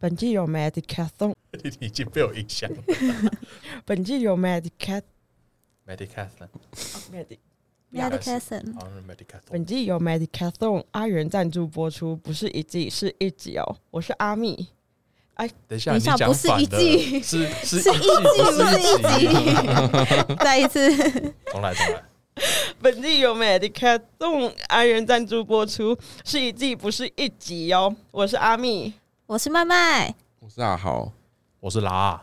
本季有 Medicathon，你 已经被我影响了。本季有 Medicat Medicathon， Medic， Yeah. Medicason，好像是 Medicathon。本季有 Medicathon 阿元赞助播出，不是一季是一集哦。我是阿密，等一下，等你一下讲不是反一了季是是是一季不不是是一季。 一集，再一次， 重来重来，本季有 Medicathon 阿元赞助播出，是一季不是一集哦。我是阿密，我是麦麦，我是阿豪，我是啊拉，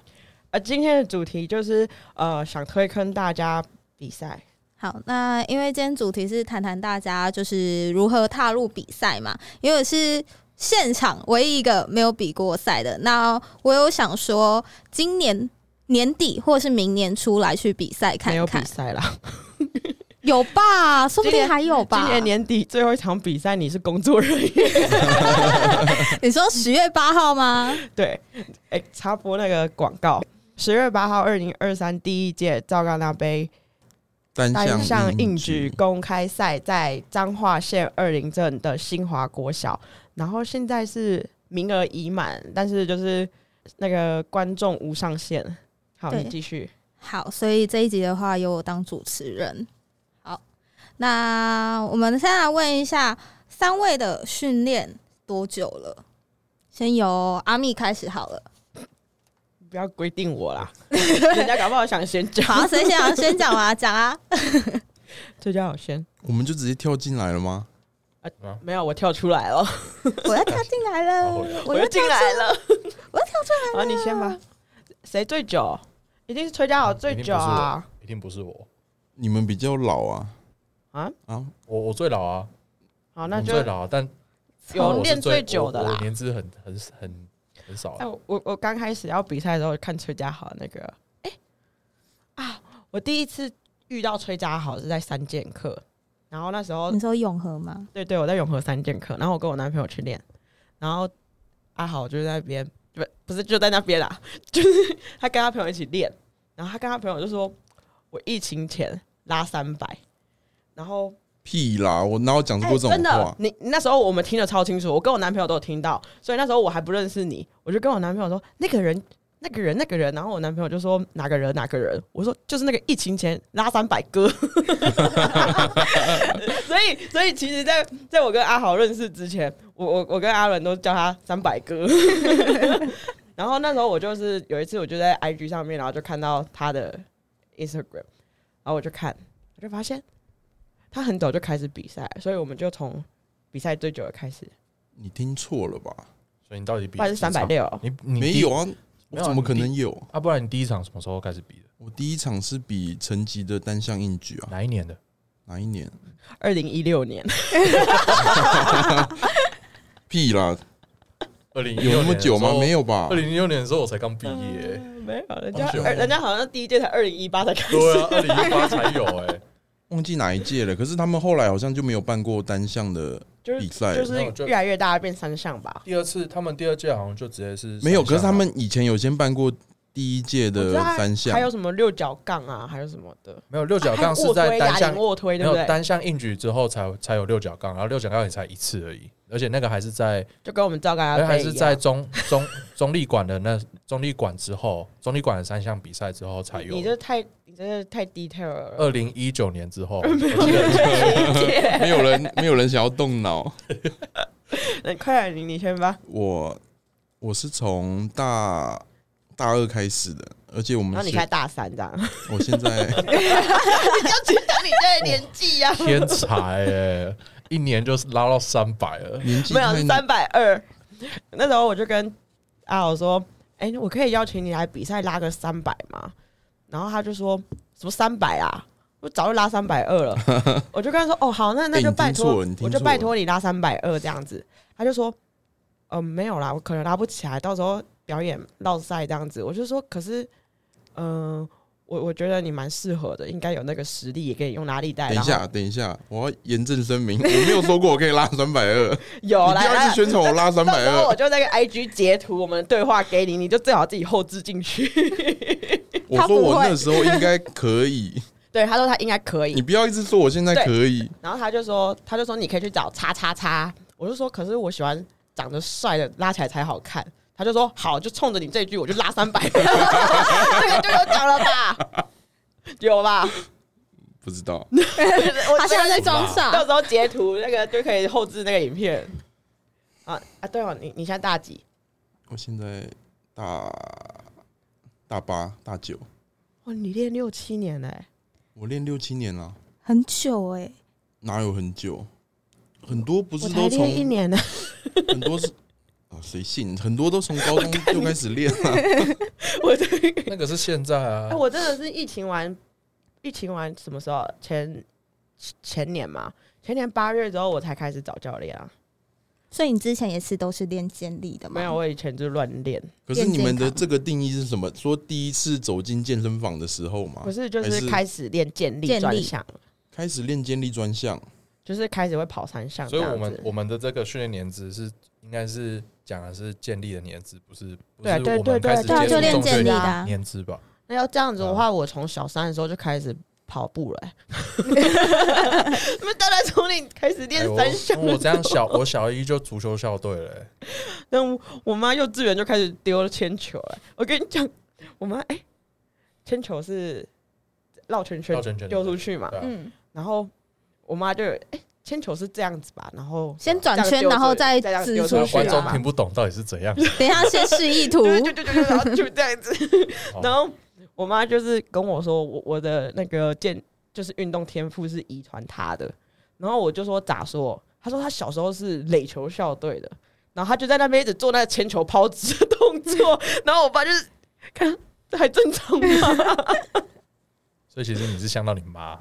呃，今天的主题就是呃，想推坑大家比赛。好，那因为今天主题是谈谈大家就是如何踏入比赛嘛，因为我是现场唯一一个没有比过赛的。那我有想说，今年年底或是明年出来去比赛看没有比看，赛啦，有吧？说不今年定还有吧今。年年底最后一场比赛你是工作人员， 你说十月八号吗？对，哎、插播那个广告。十月八号，二零二三第一届赵刚那杯单单项项硬举举公开赛在彰化县二林镇的新华国小，然后现在是名额已满，但是就是那个观众无上限。好，对你继续。好，所以这一集的话由我当主持人。好，那我们先来问一下三位的训练多久了？先由阿密开始好了。不要规定我 啦，人家搞不好想先讲，好，谁想先讲啊？讲啊！ 这叫我先。我们就直接跳进来了吗？没有，我跳出来了，我要跳进来了，我要又进来了，我要跳出来了。好，啊你先吧。谁最久？一定是崔家豪最久啊！一定不是我，你们比较老啊啊啊！我我最老啊，好，那我就最老啊，但但有我练是最最久的我我啦。年资很很很很少啊哎，，我我我刚开始要比赛的时候看崔家豪那个，哎、啊，我第一次遇到崔家豪是在三剑客，然后那时候你说永和吗？对对，我在永和三剑客，然后我跟我男朋友去练，然后阿豪就在那边，不不是就在那边啦，就是他跟他朋友一起练，然后他跟他朋友就说，我疫情前拉三百，然后屁啦！我哪有讲哎过这种真的话，？你那时候我们听得超清楚，我跟我男朋友都有听到，所以那时候我还不认识你，我就跟我男朋友说那个人。那个人，那个人，然后我男朋友就说哪个人哪个人，我说就是那个疫情前拉三百哥， 所以所以其实在，在我跟阿豪认识之前，我我我跟阿伦都叫他三百哥， 然后那时候我就是有一次我就在 IG 上面，然后就看到他的 Instagram，然后我就看，我就发现他很早就开始比赛，所以我们就从比赛最久的开始，你听错了吧？所以你到底比不然是三百几场？六。你你第没有啊，没我有啊怎么可能有？啊？不然你第一场什么时候开始比的？我第一场是比成绩的单项 硬举啊，哪一年的？哪一 年？二零一六年，屁啦，二零有那么久吗？没有。有啊吧二？零零六年的时候我才刚毕业， 没有人家好久哦二人家好像第一届才二零一八才开始，对啊，二零一八才有哎，忘记哪一届了。可是他们后来好像就没有办过单项的，就是比赛就没有就是越来越大变三项吧。第二次他们第二届好像就直接是没有。可是他三项啊们以前有先办过第一届我的知道还三项还，有什么六角杠啊，还有什么的没有六角还有杠是在卧推单哑项铃卧推，没对不有对？单项硬举之后才才有六角杠，然后六角杠也才一次而已，而且那个还是在就跟我们赵刚而且刚还是在中中中立馆的那中立馆之后，中立馆的三项比赛之后才你有。这太你真的太 detail 了，二零一九年之 后，，没有人没有人想要动脑。你快点你你先吧。我我是从大大二开始的，而且我然们后你学开大三这样，你我现在。要只讲你这个年纪呀天才哎，一年就是拉到三百了年纪 没有太三百二。那时候我就跟阿豪说：“哎、我可以邀请你来比赛拉个三百吗？”然后他就说：“什么三百啊？我早就拉三百二了。” 我就跟他说：“哦，好，那那哎就你拜听托，错了你听我就错拜了托你拉三百二这样子。”他就说：“嗯、没有啦，我可能拉不起来，到时候表演绕赛这样子。”我就说：“可是，嗯、我我觉得你蛮适合的，应该有那个实力，也可以用拉力带。”等一下，等一下，我要严正声明，我没有说过我可以拉三百二，你有不来要一来直宣传我拉三到百时候我二。就那个 IG 截图我们对话给你，你就最好自己后置进去。我他不会说我那时候应该 可以，对，他说他应该可你以，不要一直说我现在可以。然后他就说，他就说你可以去找叉叉叉，我就说可是我喜欢长得帅的拉起来才好看，他就说好，就冲着你这一句，我就拉三百。这个就有讲了吧？有吧？不 知道，我他现在在啊装到傻，时候截图那个就可以后置那个影片。啊啊，对哦，你你现在大几？我现在大大八大九，哇，哦你练六七年欸嘞、我练六七年了，很久哎、哪有很久？很多不我是才都练一从年呢、很多是 啊随性，很多都从高中就开始练啊 了。我这个那个是现在啊哎、，我真的是疫情完，疫情完什么时候？前前年嘛，前年八月之后我才开始找教练啊。所以你之前也是都是练健力的吗？没有，，啊我以前就乱练，可是你们健的康这个定义是什么？说第一次走进健身房的时候嘛不，是就还是是开始练哦健力健力专项，开始练健力专项，就是开始会跑三项这所以样子。我们我们的这个训练年资是应该是讲的是建立的年资，不是不对是对我对们开对始对啊，接就触练重健训力的、的啊。年资吧。那要这样子嗯的话，我从小三的时候就开始跑步了、欸。 那当然从你开始练哎我三项、我这样小，我小一就足球校队了、哎那我我妈幼稚园就开始丢铅球了。我跟你讲，我妈哎，铅、球是绕圈圈绕圈圈的丢出去嘛，对啊嗯，然后我妈就哎，铅、球是这样子吧，然后先转这样圈，丢然后出去再再这样指丢出出去去观众啊啊听。不懂到底是怎 样。等一下，先示意图。对对对对对，然后就这样子。好然后我妈就是跟我说，我我的那个健就是运动天赋是遗传她的，然后我就说咋说？她说她小时候是垒球校队的，然后她就在那边一直做那个铅球抛掷的动作， 然后我爸就是看这还正常吗？所以其实你是像到你妈，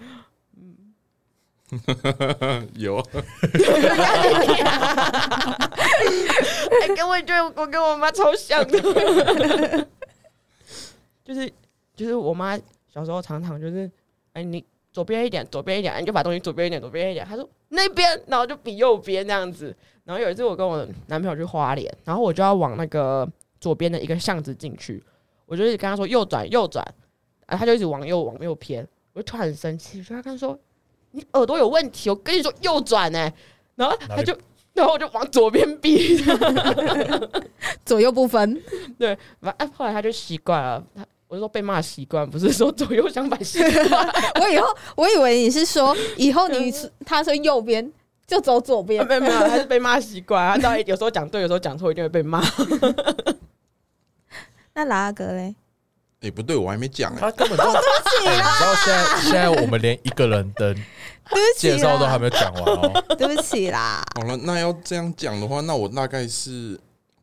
有哎、跟我觉得我跟我妈超像的， 就是就是我妈小时候常常就是，哎、你左边一点，左边一点，哎你就把东西左边一点，左边一点。她说那边，然后就比右边这样子。然后有一次我跟我男朋友去花莲，然后我就要往那个左边的一个巷子进去，我就一直跟他说右转右转，啊，他就一直往右往右偏，我就突然很生气，我就跟他说你耳朵有问题，我跟你说右转呢、然后他就。然后我就往左边避，左右不分，反哎，后来他就习惯了。他我是说被骂习惯，不是说左右相反习惯。 我以后我以为你是说以后你是他说右边就走左没有边，没有，没有他是被骂习惯。他到底有时候讲对，有时候讲错，一定会被骂。 那拉格嘞？哎，不对，我还没讲哎。她根本就、哎你知道现啊在现在我们连一个人 的对不介起绍都还啦，没有讲完哦。 对不起啦，好了，那要这样讲的话，那我大概是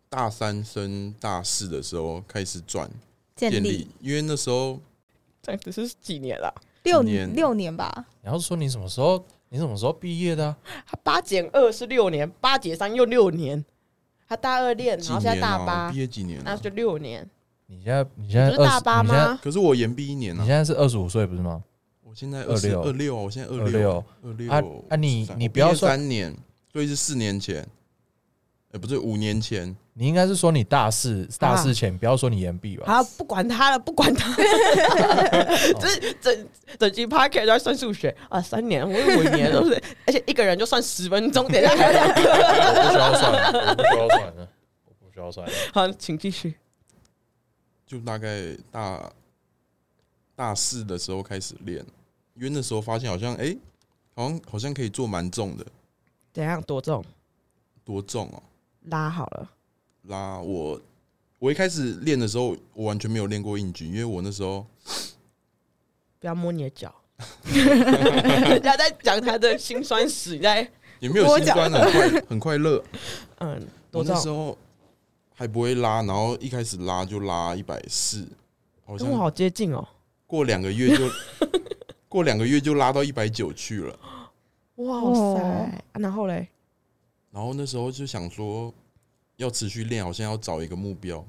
大三升大四的时候开始转建电立力，因为那时候 这样子是几年了？六今年六年吧，你要是说你什么时候你什么时候毕业的、啊？他八减二是六年，八减三又六年。他大二练，然几后现在年大啊，八毕，业几年那啊？就六年。你现在你现在不是大二八十，你现在吗？可是我延毕一年你啊现，在是二十五岁不是吗？我现在二十26二六，啊我现在二二六六，二六啊啊你你不要算三年，所以是四年前，哎，不对，五年前，你应该是说你大四大啊四前，不要说你延毕吧。好，不管他了，不管 他。这整整集 p o c k e t 在算数学啊，三年，我有五年都 是，而且一个人就算十分钟。等一下还有两个，我不需要算了，我不需要算了，我不需要算了。好，请继续。就大概大大四的时候开始练，因为那时候发现好像哎、好像好像可以做蛮重的，怎样多重？多重哦、拉好了。拉我，我一开始练的时候，我完全没有练过硬举，因为我那时候不要摸你的 脚。人家在讲他的辛酸史，你在也没有心酸，很 快很快乐。嗯多我那时重？候还不会拉，然后一开始拉就拉一百四，好跟我像好接近哦、过两个月就 过两个月就拉到一百九去了。哇塞！哦啊然后嘞，然后那时候就想说，要持续练，好像要找一个目标。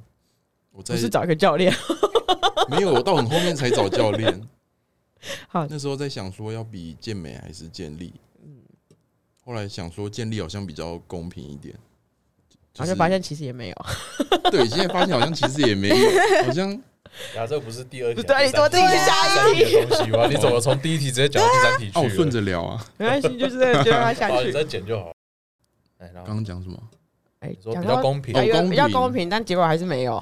我在不是找一个教练， 没有，我到很后面才找教练。 好那时候在想说要比健美还是健力，后来想说健力好像比较公平一点，然后就发现其实也没有。对，现在发现好像其实也没 有，好像呀，这不是第二题，对，你多听第下一题，东西吗？你怎么从第一题直接讲到第三题去哦，了？我顺着聊啊。没关系，就是就让他下哦，你去。再剪就好。哎，然刚后刚讲什么？哎你说，讲比到较公平哎哦有公比较平公平，但结果还是没有。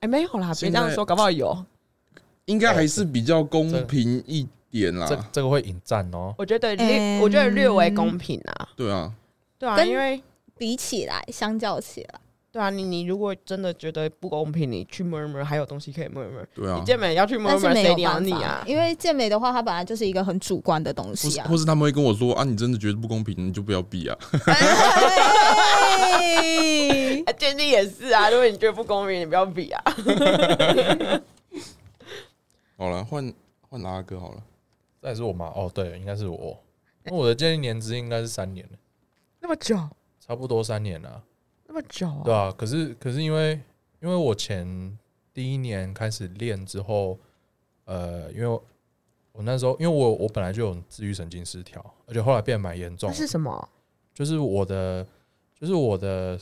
哎，没有啦，别现这样在说，搞不好有。应该还是比较公这平一点这啦。这个会引战哦。我觉得略，嗯我觉得略为公平啊。对啊，对啊，跟因为比起来，相较起来，对啊，你你如果真的觉得不公平，你去 murmur 还有东西可以 murmur。对你啊，健美要去但 murmur，是没有谁鸟办你法，啊？因为健美的话，它本来就是一个很主观的东或西是啊。 或是他们会跟我说啊，你真的觉得不公平，你就不要比啊。 哎哎，建立也是啊，如果你觉得不公平，你不要比啊。好了，换换拉哥好了。再来是我妈哦，对，应该是我。那我的建议年资应该是三年，那么久，差不多三年啦，那么久啊对啊，可是可是因为因为我前第一年开始练之后，呃，因为我我那时候因为我我本来就有自律神经失调，而且后来变得蛮严重那的，是什么？就是我的就是我的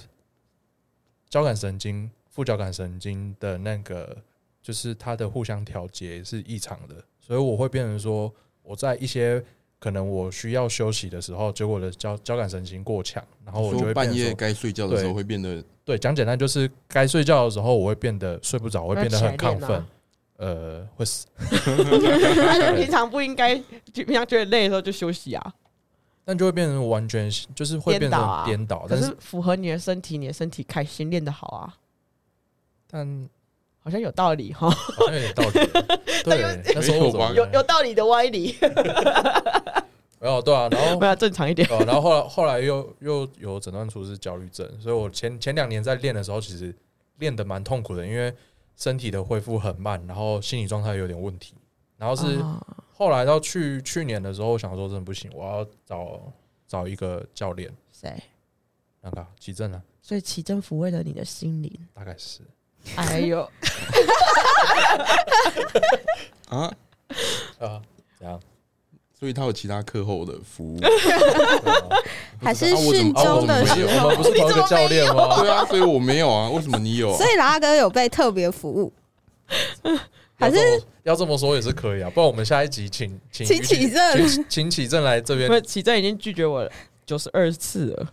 交感神经、副交感神经的那个，就是它的互相调节是异常的，所以我会变成说，我在一些可能我需要休息的时候，结果我的交交感神经过强，然哦后我就说会变半成夜说该睡觉的时候会变得对，讲简单就是该睡觉的时候，我会变得睡不着，我会变得很那亢起来奋练啊，呃，会死。那 就平常不应该，就平常觉得累的时候就休息啊。但就会变成完全就是会变颠倒成啊颠哦倒，可但是是符合你的身体，你的身体开心，练得好啊，但好像有道理哈，好像有点道理。 对，那时候我怎么没有了有道理的歪理，哦没有对啊，然后 我要正常一 点。哦，然后后来后来又又有诊断出是焦虑症，所以我前前两年在练的时候，其实练的蛮痛苦的，因为身体的恢复很慢，然后心理状态有点问题。然后是啊后来到去去年的时候，我想说真的不行，我要找找一个教练，谁？那个急症啊，所以奇珍抚慰了你的心灵。大概是哎 呦，啊，啊，怎样？所以他有其他课后的服务。 对啊还是啊我怎训么啊，我中们的不时是候，我们不是同一个教练 吗？对啊，所以我没有啊，为什么你有啊所？以拉哥有被特别服务，还是要这么要这么说也是可以啊，不然我们下一集请请请启正请请启正来这边因为奇珍已经拒绝我九十二次 了。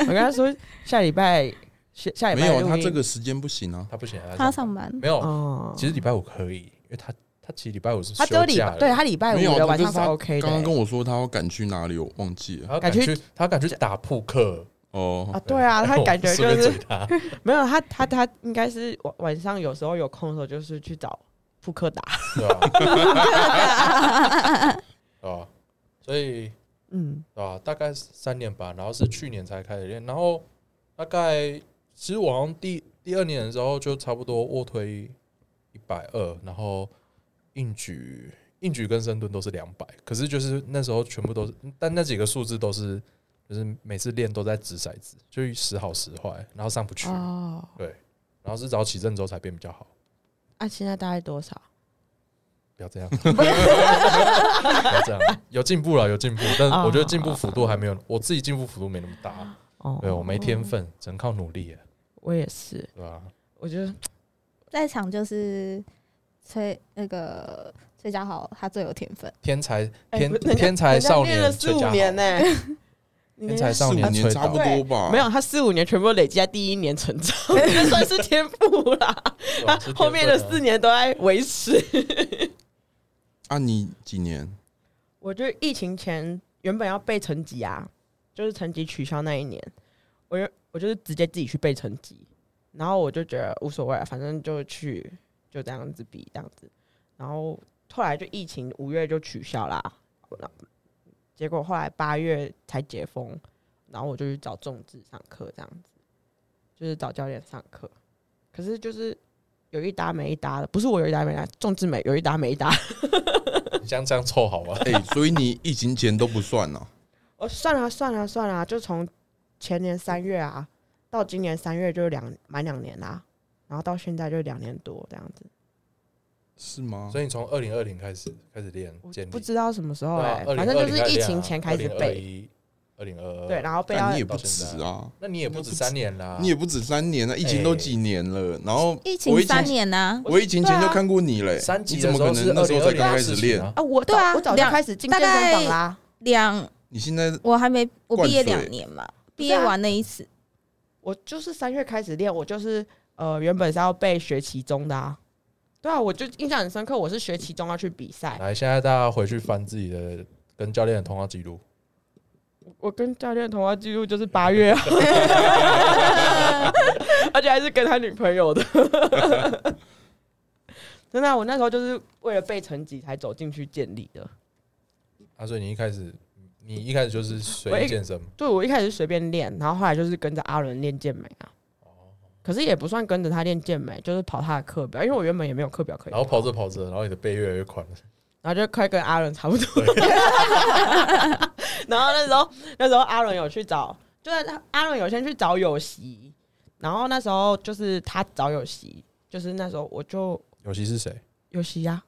我跟他说下礼拜下下礼没拜有，啊录他音这个时间不行啊。他不行，他上上班，没有，哦，其实礼拜五可以，因为他他其实礼拜五是他只有休礼假拜的对他礼拜没有五的啊，他晚就上是是他 OK 的刚欸。刚跟我说他要赶去哪里，我忘记了。他敢感觉去他敢去打扑克，哦啊，，对啊，他感觉我就哦顺是便嘴他，没有他，他他应该是晚晚上有时候有空的时候，就是去找扑克打。对吧？对吧？所以嗯，对吧？大概三年吧，然后是去年才开始练，然后大概其实我好像第第二年的时候就差不多卧推一百二，然后硬举硬举跟深蹲都是两百，可是就是那时候全部都是，但那几个数字都是就是每次练都在掷骰子，就时好时坏，然后上不去，哦，然后是找起正之后才变比较好。那现在大概多少？不要 这样，不要这样，有进步了，有进步，但我觉得进步幅度还没有，我自己进步幅度没那么大。哦，对我没天分，只能靠努力耶，我也是，对吧？我觉得在场就是崔那个崔家豪，他最有天分。天才哎天不人家天才少人家练了年四崔五家豪，年呢、 天才四少五年年崔差家不豪，多吧。没有，他四五年全部累积在第一年成 长，这算是天赋啦。对他吧是后面的天四分啊年都在维持。啊，你几年？ 我就疫情前原本要背成绩啊，就是成绩取消那一年，我就我就是直接自己去背成绩，然后我就觉得无所谓啊，反正就去就这样子比这样子，然后后来就疫情五月就取消啦，然后结果后来八月才解封，然后我就去找众志上课这样子，就是找教练上课，可是就是。有一搭没一搭的，不是我有一搭没一搭，众志美有一搭没一搭。你像这样凑好啊？哎、所以你疫情前都不 算哦、我算了算了算了，就从前年三月啊，到今年三月就两满两年啦、然后到现在就两年多这样子，是吗？所以你从二零二零开始开始练我健力，不知道什么时候对哎、啊2020反正就是疫情前开始背，，二零二二，对，然后背但到你也不止啊，那你也不止三年啦，你也不止三年哎啊，疫情都几年了。然后疫我情疫情三年呐、我疫情前就对啊看过你嘞、三级你的怎么可时能候那是时候才2020刚开始练？啊啊，我对啊早我早就两开始进大健身概房啦，两你现在我还没我毕业灌水啊两年嘛，毕业完那一次，我就是三月开始练，我就是呃原本是要背学期中的啊。对啊，我就印象很深刻，我是学期中要去比赛，来，现在大家回去翻自己的跟教练的通话记录，我跟教练通话记录就是八月 啊，而且还是跟他女朋友的。 真的啊、我那时候就是为了背成绩才走进去建立的。啊，所以你一开始你一开始就是随喂意健身嘛，对，我一开始是随便练，然后后来就是跟着阿伦练健美啊。可是也不算跟着他练健美，就是跑他的课表，因为我原本也没有课表可以然后跑着跑着，然后你的背越来越宽了，然后就快跟阿伦差不多。 然后那时候那时候阿伦有去找，就是他阿伦有先去找有席，然后那时候就是他找有席，就是那时候我就尤其是谁？有席啊呀、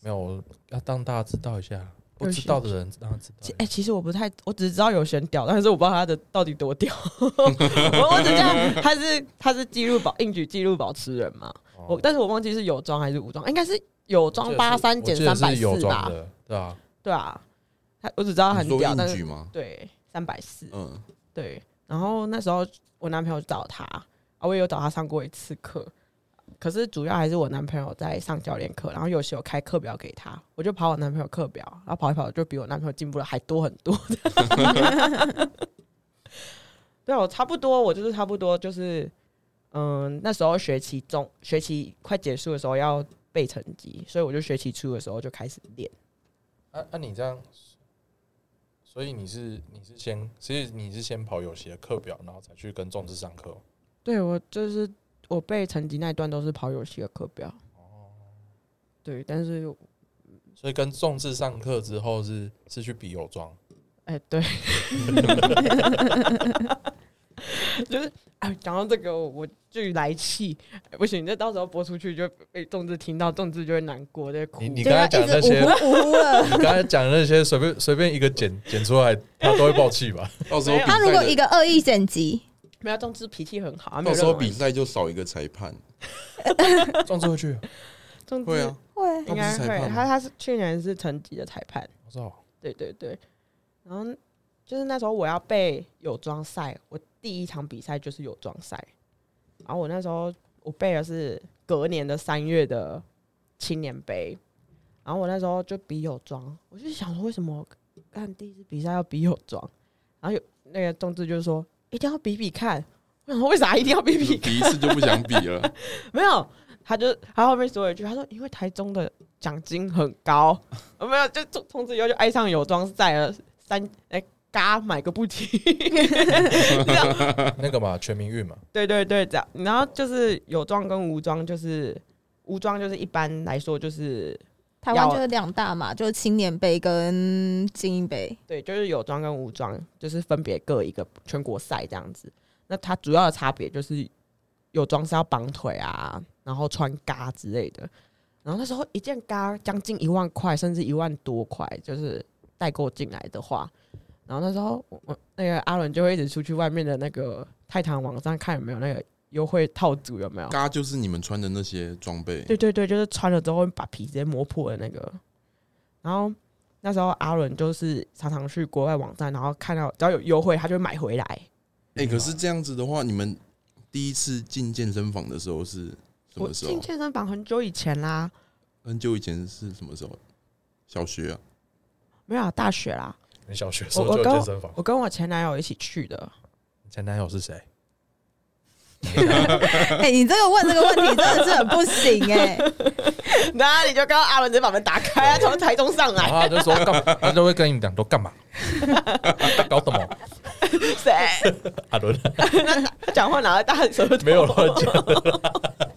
没有，我要让大家知道一下，不有知些道的人让他知道其一下。哎、其实我不太，我只知道有选屌，但是我不知道他的到底多屌。 我我只知道他是他是纪录保应举纪录保持人嘛，哦我但是我忘记是有装还是无装，应该是有我装记得八是三我减记得三百是有四吧装，的，对吧？对啊，他我只知道他很你说屌，但硬举是吗？对三百四，嗯，对，然后那时候我男朋友找他，啊，我也有找他上过一次课，可是主要还是我男朋友在上教练课，然后有时有开课表给他，我就跑我男朋友课表，然后跑一跑就比我男朋友进步了还多很多。 对啊，我差不多，我就是差不多就是，嗯，那时候学期中学期快结束的时候要背成绩，所以我就学期初的时候就开始练。啊啊，你这样，所以你是你是先，其实你是先跑有些课表，然后才去跟众志上课。对我就是我背成绩那一段都是跑有戏的课表。哦对，但是所以跟众志上课之后是是去比有装，哎、对， 就是哎，讲到这个，我我就来气，哎不行，这到时候播出去就被众志听到，众志就会难过，就会哭。你你就刚要才一讲那直些，呜呼呜呼了。 你刚才讲那些随便随便一个剪剪出来，他都会爆气 吧？到时候没有 比他如赛果的一个恶意剪辑，没有，众志脾气很好，啊、没到有时候任何哦比赛就少一个裁判，众志会去，众会志啊，会他应不该是会，裁判他吗？他是去年是成绩的裁判，我哦操，对对对。然后就是那时候我要背泳装赛，我第一场比赛就是泳装赛，然后我那时候我背的是隔年的三月的青年杯，然后我那时候就比泳装，我就想说为什么干第一次比赛要比泳装，然后有那个众志就说一定要比比看，我想说为啥一定要比啊就比是看？比一次就不想比了， 没有，他就他后面说了一句，他说因为台中的奖金很高，我没有，就从从此以后就爱上泳装赛了，三哎嘎买个不停， 那个嘛，全民运嘛，对对对，这样，然后就是有装跟无装，就是无装就是一般来说就是台湾要就是两大嘛，就是青年杯跟精英杯。 对，就是有装跟无装，就是分别各一个全国赛这样子。那它主要的差别就是有装是要绑腿啊，然后穿嘎之类的。然后那时候一件嘎将近一万块，甚至一万多块，就是代购进来的话。然后那时候我我那个阿伦就会一直出去外面的那个泰坦网站看有没有那个优惠套组有没有。嘎就是你们穿的那些装备，对对对，就是穿了之后会把皮直接磨破的那个。然后那时候阿伦就是常常去国外网站，然后看到只要有优惠，他就会买回来。哎、可是这样子的话，你们第一次进健身房的时候是什我么时哦进候？健身房很久以前啦，很久以前是什么时候？小学啊，没有、啊、大学啦。你小学时候我我就有跟健身房。我跟我前男友一起去 的，你前男友是谁？哎、你这个问这个问题真的是很不行哎、那你就刚阿伦直接把门打开哦啊，从台中上 然来，后他就说干嘛，他就会跟你讲都干嘛， 搞什么？谁？ 阿伦他讲话哪来大舌头？ 没有乱讲。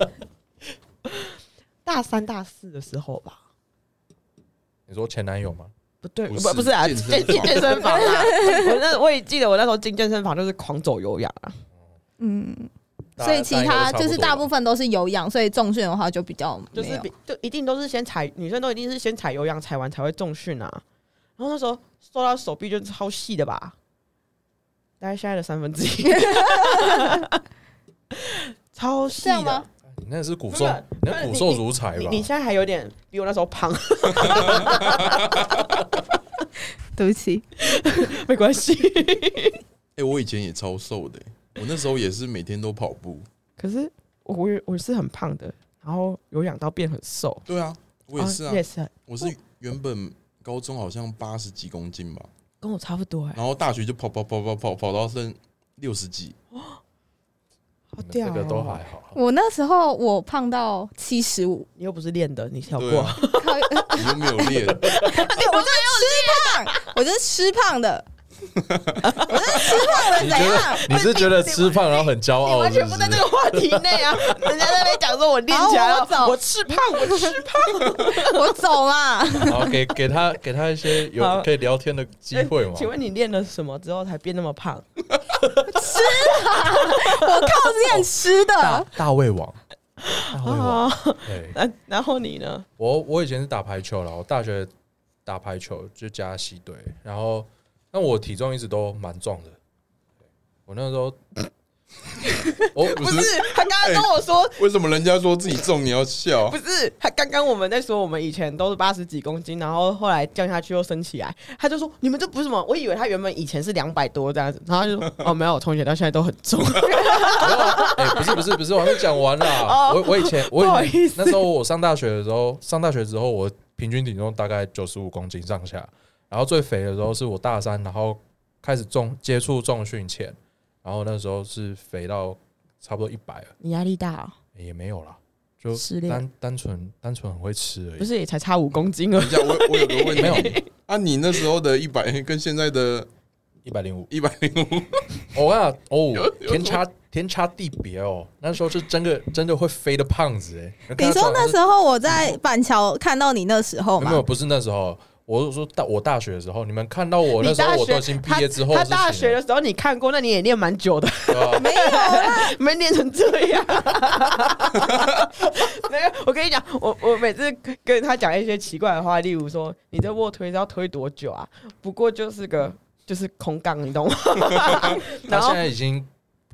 大三大四的时候吧。你说前男友吗？不对，不不是不是啊，健健身进房健身房 啊！我那我也记得，我那时候进健身房就是狂走有氧啊， 嗯，大所以其他就是大部分分都是有氧，所以重训的话就比较就没是有。比就一定都是先踩，女生都一定是先踩有氧，踩完才会重训啊。然后那时候瘦到手臂就是超细的吧，大概现在的三分之一， 超细这样的吗。你那是骨不瘦是，你那骨瘦如柴你吧？你现在还有点比我那时候胖， 对不起，没关系。哎、我以前也超瘦的欸、我那时候也是每天都跑步。可是我我我是很胖的，然后有氧到变很瘦，对啊，我也是啊哦，也是很我是原本高中好像八十几公斤吧，跟我差不多哎、然后大学就跑跑跑跑跑跑到剩六十几，好这屌、哦！个都还好。我那时候我胖到七十五，你又不是练的，你跳对过。啊，靠对你又没有练， 我就是吃胖，我就是吃 胖的，我就是吃你胖觉的，怎样得？你是觉得吃胖然后很骄你傲，完是全不不是在？这个话题内 啊！人家在那边讲说我练起来好我了，走我吃胖，我吃胖。我走啊啦。然后给给他给他一些有好可以聊天的机会嘛哎？请问你练了什么之后才变那么胖？我靠练吃大的，大胃王，大胃哦王，啊，对那然后你呢？我我以前是打排球啦，我大学打排球就加系队，然后那我体重一直都蛮重的，我那时候 我不不是 是，他刚刚跟我哎说。为什么人家说自己重你要笑不？是，他刚刚我们在说，我们以前都是八十几公斤，然后后来降下去又升起来。他就说你们这不是什么，我以为他原本以前是两百多这样子，然后他 就说哦没有，我从小到现在都很重。没有啊哎、不是不是不是，我还没讲完啦。我我以前我哦不好以意前思那时候我上大学的时候，上大学之后我平均体重大概九十五公斤上下，然后最肥的时候是我大三，然后开始重接触重训前，然后那时候是肥到差不多一百了、你压力大、哦，哎也没有啦，就失恋单单纯单纯很会吃而不已。是也才差五公斤而等已一。下，我我有个问没有题，啊，你那时候的一百跟现在的一百零五，一百零五，我啊哦 有，有天差天差地别哦，那时候是真的真的会飞的胖子哎、你说那时候候我在板桥看到你那时候没有吗？不是那时候，我是说大我大学的时候，你们看到我那你时候大我学都已经毕业之后他的他大事情学了的时候你看过，那你也练蛮久的，对吧？没有啦， 没练成这样。没有，我跟你讲，我我每次跟他讲一些奇怪的话，例如说你这卧推是要推多久啊？不过就是个就是空杠，你懂吗？他然后现在已经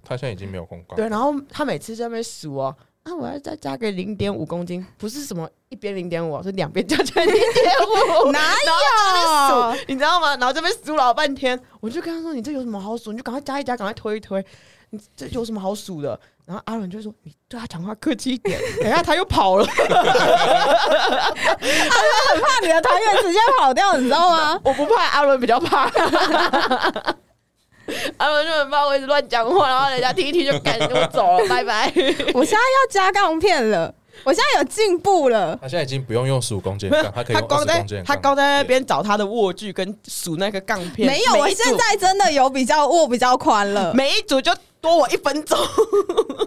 他现在已经没有空杠，对，然后他每次在那边数哦，啊，我要再加个零点五公斤，不是什么一边零点五，哦是两边加起来零点五。 哪然后有？数，你知道吗？然后这边数老半天，我就跟他说：“你这有什么好数？你就赶快加一加，赶快推一推，你这有什么好数的？”然后阿伦就说：“你对他讲话客气一点。” 等一下他又跑了， 很怕你的团员直接跑掉，你知道 吗？我不怕，阿伦比较怕。 阿伦就很怕我一直乱讲话，然后人家听一听就赶我走了，拜拜。我现在要加杠片了，我现在有进步了。他现在已经不用用十五公斤没的有杠，，他可以他用二光十在公斤的杠。他光在那边找他的卧具跟数那个杠片，没有，每我一现组在真的有比较握比较宽了。 每一组就多我一分钟，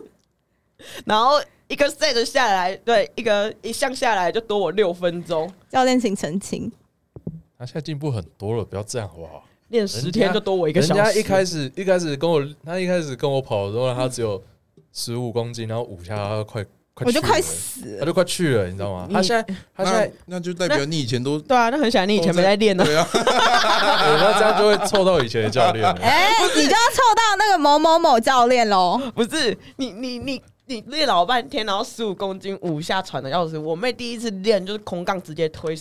然后一个 set 下来，对，一个一项下来就多我六分钟，教练，请澄 清。他现在进步很多了，不要这样好不好？练十天就多我一个小时。人家一开始一开始跟我，他一开始跟我跑的时候，他只有十五公斤，然后五下他快快我就去快了欸死他了。就快去了，你知道吗？你他现在他现在那那就代表你以前都对啊，那很显然你以前没在练呢、对啊，对那这样就会凑到以前的教练了。哎、你就要凑到那个某某某教练喽。 不是你你你你练老半天，然后十五公斤五下喘的要死。我妹第一次练就是空杠直接推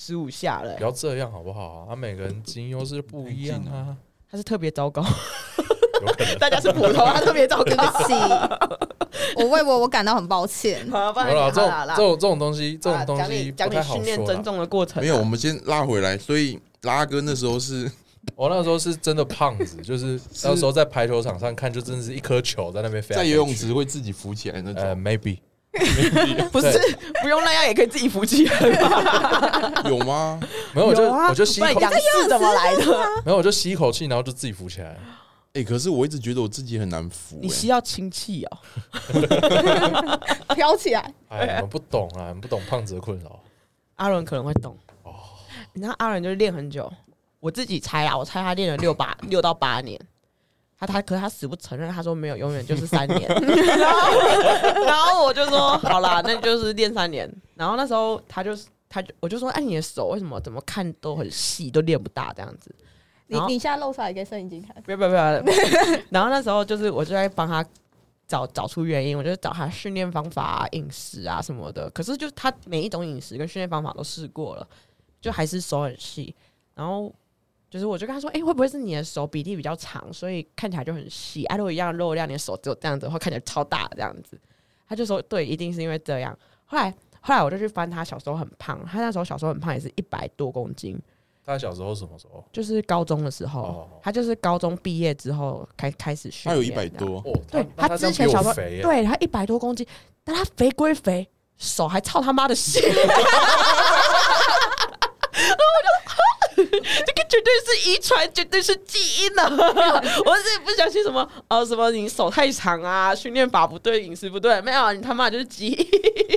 十五下了、欸不要这样好不好啊？他每个人基因优势不一样啊，她是特别糟糕，有可能。大家是普通，她特别糟 对糕不。起，我为我我感到很抱歉。好，不然没有啦，这种好啦这种这种东西，这好啦种东讲你西讲不你太好训练说增啦。重的过程啊、没有，我们先拉回来，所以拉哥那时候是我那时候是真的胖子，就是那时候在排球场上看，就真的是一颗球在那边飞。在游泳，池会自己浮起来那呃种， ，maybe 不是不用那样也可以自己扶起来吧？嗯有吗？没有，我就有啊我就吸一口不然，仰视怎么来的？没有我就吸一口气，然后就自己浮起来。哎，可是我一直觉得我自己很难浮，你哎吸到氢气哦， 飘起来，哎，你们不懂啊，你们不懂胖子的困扰。阿伦可能会懂。哦你知道阿伦就是练很久，我自己猜啊，我猜他练了六八 六到八年。他他可是他死不承认，他说没有，永远就是三 年。然后然后我就说好啦，那就是练三年。然后那时候他就是他就我就说，哎，你的手为什么怎么看都很细，都练不大这样子。你然后你现在露出来给摄影机看。不要不要不要！然后那时候就是我就在帮他找找出原因，我就找他训练方法、啊、饮食啊什么的。可是就他每一种饮食跟训练方法都试过了，就还是手很细。然后就是我就跟他说，哎、会不会是你的手比例比较长，所以看起来就很细？啊，如果一样肉量，你的手只有这样子的话，看起来超大这样子。他就说，对，一定是因为这样。后来后来我就去翻他小时候很胖，他那时候小时候很胖，也是一百多公斤，他小时候什么时候？就是高中的时候，哦他就是高中毕业之后开开始训他有练一这样，百多，哦，对那他这样之前比我小时候肥耶，哦对他一百多公斤，但他肥归肥，手还操他妈的细。然后我就， 这个绝对是遗传，绝对是基因的、啊 我是不相信什么哦，什么你手太长啊，训练法不对，饮食不对，没有，啊你他妈就是基因。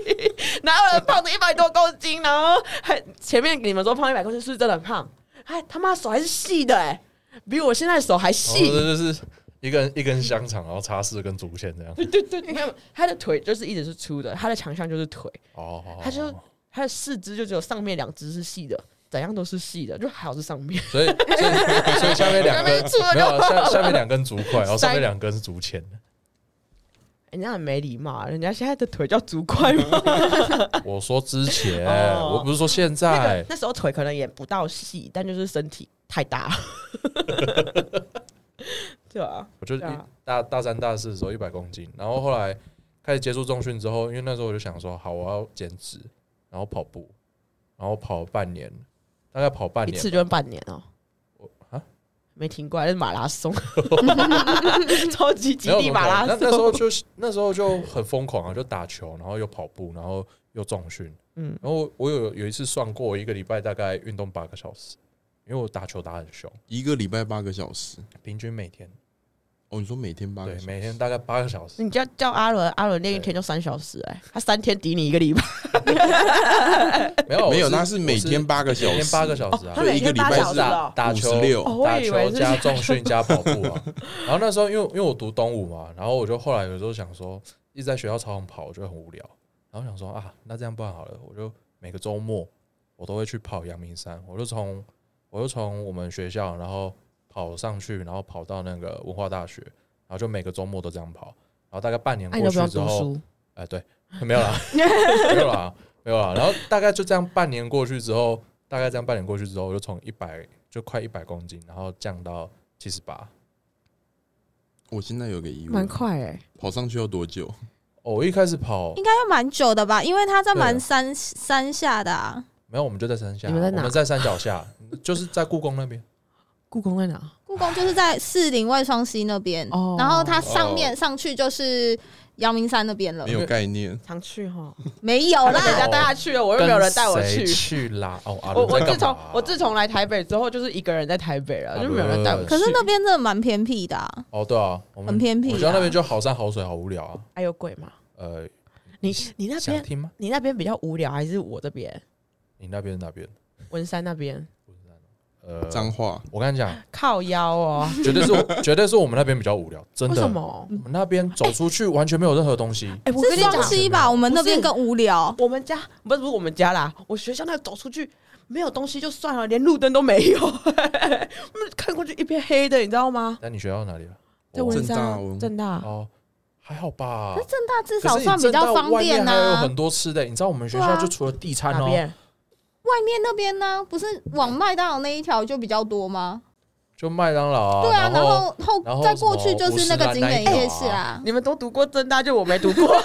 哪有人胖的一百多公斤，然后还前面你们说胖一百公斤是不是真的很胖？哎，他妈手还是细的哎、比我现在手还然后细。这就是一根一根香肠，然后插四根竹签这样。对对对， 没有，他的腿就是一直是粗的，他的强项就是腿，哦，哦哦他就他的四肢就只有上面两只是细的，怎样都是细的，就还好是上面。 所以所以所以下面两根没错没有啊就好下了下面两根竹筷，然后上塞面两根是竹签。人家很没礼貌啊，人家现在的腿叫足块 吗？我说之前，哦我不是说现那个在。 那时候腿可能也不到细，但就是身体太大。 对啊，我就一对啊大大三大四的时候一百公斤，然后后来开始接触重训之后，因为那时候我就想说，好，我要减脂，然后跑步，然后跑半年，大概跑半一年次就半年哦、我啊，没停过来，那是马拉 松， 超级极没有地马拉那松。那时候就是那时候就很疯狂啊，就打球，然后又跑步，然后又重训，嗯然后我有有一次算过，我一个礼拜大概运动八个小时，因为我打球打很凶，一个礼拜八个小时。平均每天哦，你说每天八个对小时？每天大概八个小时，你叫叫阿伦，阿伦练一天就三小时、哎，他三天抵你一个礼拜。没有没有，我那是每天八个每小时，天八个小时啊，他所以每一个天礼八拜小是时哦、打球、 56哦我打以为球是加重训加跑步 啊。然后那时候因为因为我读东武嘛，然后我就后来有时候想说，一直在学校操场跑，我觉得很无聊。然后想说啊，那这样不然好了，我就每个周末我都会去跑阳明山，我就从我就从我们学校，然后跑上去，然后跑到那个文化大学，然后就每个周末都这样跑。然后大概半年那过啊你都不去用之读后，书，哎，对， 没有啦，没有啦，没有啦。然后大概就这样半年过去之后，大概这样半年过去之后，我就从一百就快一百公斤，然后降到七十八。我现在有个疑蛮问，快哎、跑上去要多久？哦，我一开始跑应该要蛮久的吧？因为他在对蛮山山下的啊，没有，我们就在山下，你们在哪我们在山脚下， 就是在故宫那边。故宫在哪？故宫就是在士林外双溪那边哦，然后它上面上去就是阳明山那边了没，有概念，常去 哈，没有人啦，家带他去了，我又 没有人带我跟谁去。去啦。哦，阿 我伦我在自干嘛从啊我自从来台北之后，就是一个人在台北了，啊就没有人带我去。可是那边真的蛮偏僻的啊。哦对啊，我们很偏僻啊我觉得那边就好山好水，好无聊啊。还有鬼吗？呃，你你那想边听吗？你那边比较无聊，还是我这边你那边那边？文山那边呃，脏话。我跟你讲，靠腰哦？绝对是我 绝对是我们那边比较无聊，真 为的什。么？我们那边走出去完全没有任何东西，哎，我跟是你双讲，溪吧？我们那边不是更无聊。我们家不是不是我们家啦，我学校那走出去没有东西就算了，连路灯都没有， 我们看过去一片黑的，你知道吗？那你学校哪里啊？在我文正大山文哦正啊大，哦，还好吧。那哎正大至可少是你算比较正大方外便啊面还有呐、很多吃的，你知道我们学对校啊就除了地摊哪哦，边？外面那边呢、不是往麦当劳那一条就比较多吗？就麦当劳啊，对啊，然然后后然后再过去就是那个什景么点五十岚那一条夜啊市 啊。你们都读过正大，就我没 读过。我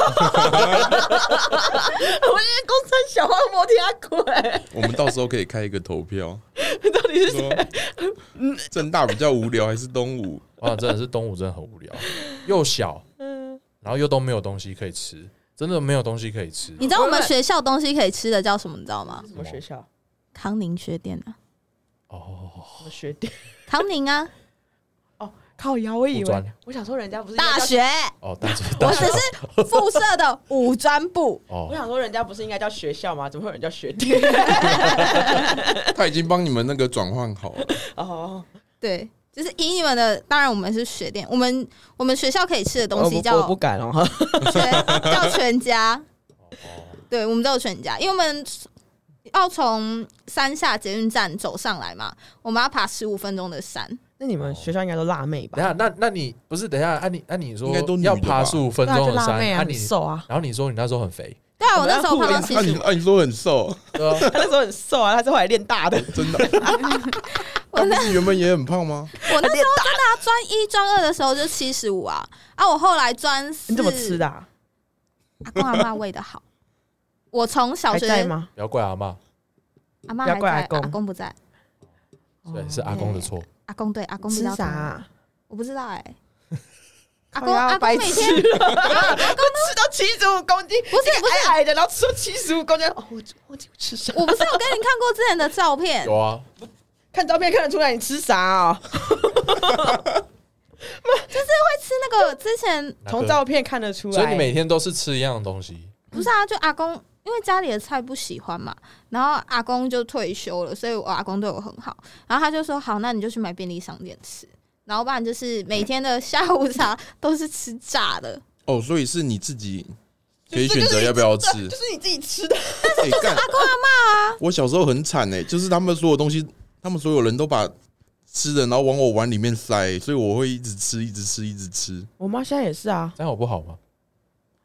今天工程小黄摩天鬼，我们到时候可以开一个投票， 到底是谁？说正大比较无聊还是东吴？哇，真的是东吴真的很无聊，又小，嗯然后又都没有东西可以吃，真的没有东西可以吃。你知道我们学校东西可以吃的叫什么？你知道吗？什么学校？康宁学店啊，哦，什么学店？康宁啊，靠腰，我以五专为我想说人家不是应该大叫，学，哦，大学， 我大只学，是附设的五专部。我哦，想说人家不是应该叫学校吗？怎么会有人叫学 店？他已经帮你们那个转换好 了，哦，对，就是以你们的，当然我们是学店，我们我们学校可以吃的东西叫我不敢哦。 全叫全家，哦对，我们叫全家，因为我们要从山下捷运站走上来嘛，我们要爬十五分钟的山，那你们学校应该都辣妹等吧？一下，那那你不是等一下？按、你按、你说应该都女的要吧爬十五分对啊，钟就的辣山，妹啊，按很你瘦啊。然后你说你那时候很肥，对啊，我那时候我们胖要互到七啊十你啊你说很 瘦，对啊，他那时候很瘦啊，他是后来练大的，真的？他啊不是原本也很胖吗？我哎那时候真的啊，专一专二的时候就七十五啊，啊，我后来专四，你怎么吃的、啊？阿公阿妈喂的好。我从小还学在吗？不要怪阿妈，阿妈不要还怪在，阿阿公公不在。哦对，是阿公的错。阿公对阿公比吃较啥、疼啊？我不知道哎、阿阿公阿公白每痴天， 啊吃到七十五公斤，不是不是，矮矮的，然后吃到七十五公斤，哦，我我吃啥？ 我不是有跟你看过之前的照片有，啊，看照片看得出来你吃啥哦，会吃那个之前那从个照片看得出所以来你。每天都是吃一样的东西，不是啊，就阿公，因为家里的菜不喜欢嘛，然后阿公就退休了，所以我阿公对我很好，然后他就说好，那你就去买便利商店吃，然后不然就是每天的下午茶都是吃炸的，哦，所以是你自己可以就选择要不要吃。就是你自己吃的，哎，干阿公阿妈啊！我小时候很惨哎，就是他们所有东西，他们所有人都把吃的然后往我碗里面塞，所以我会一直吃，一直吃，一直吃，我妈现在也是啊，这样有不好吗？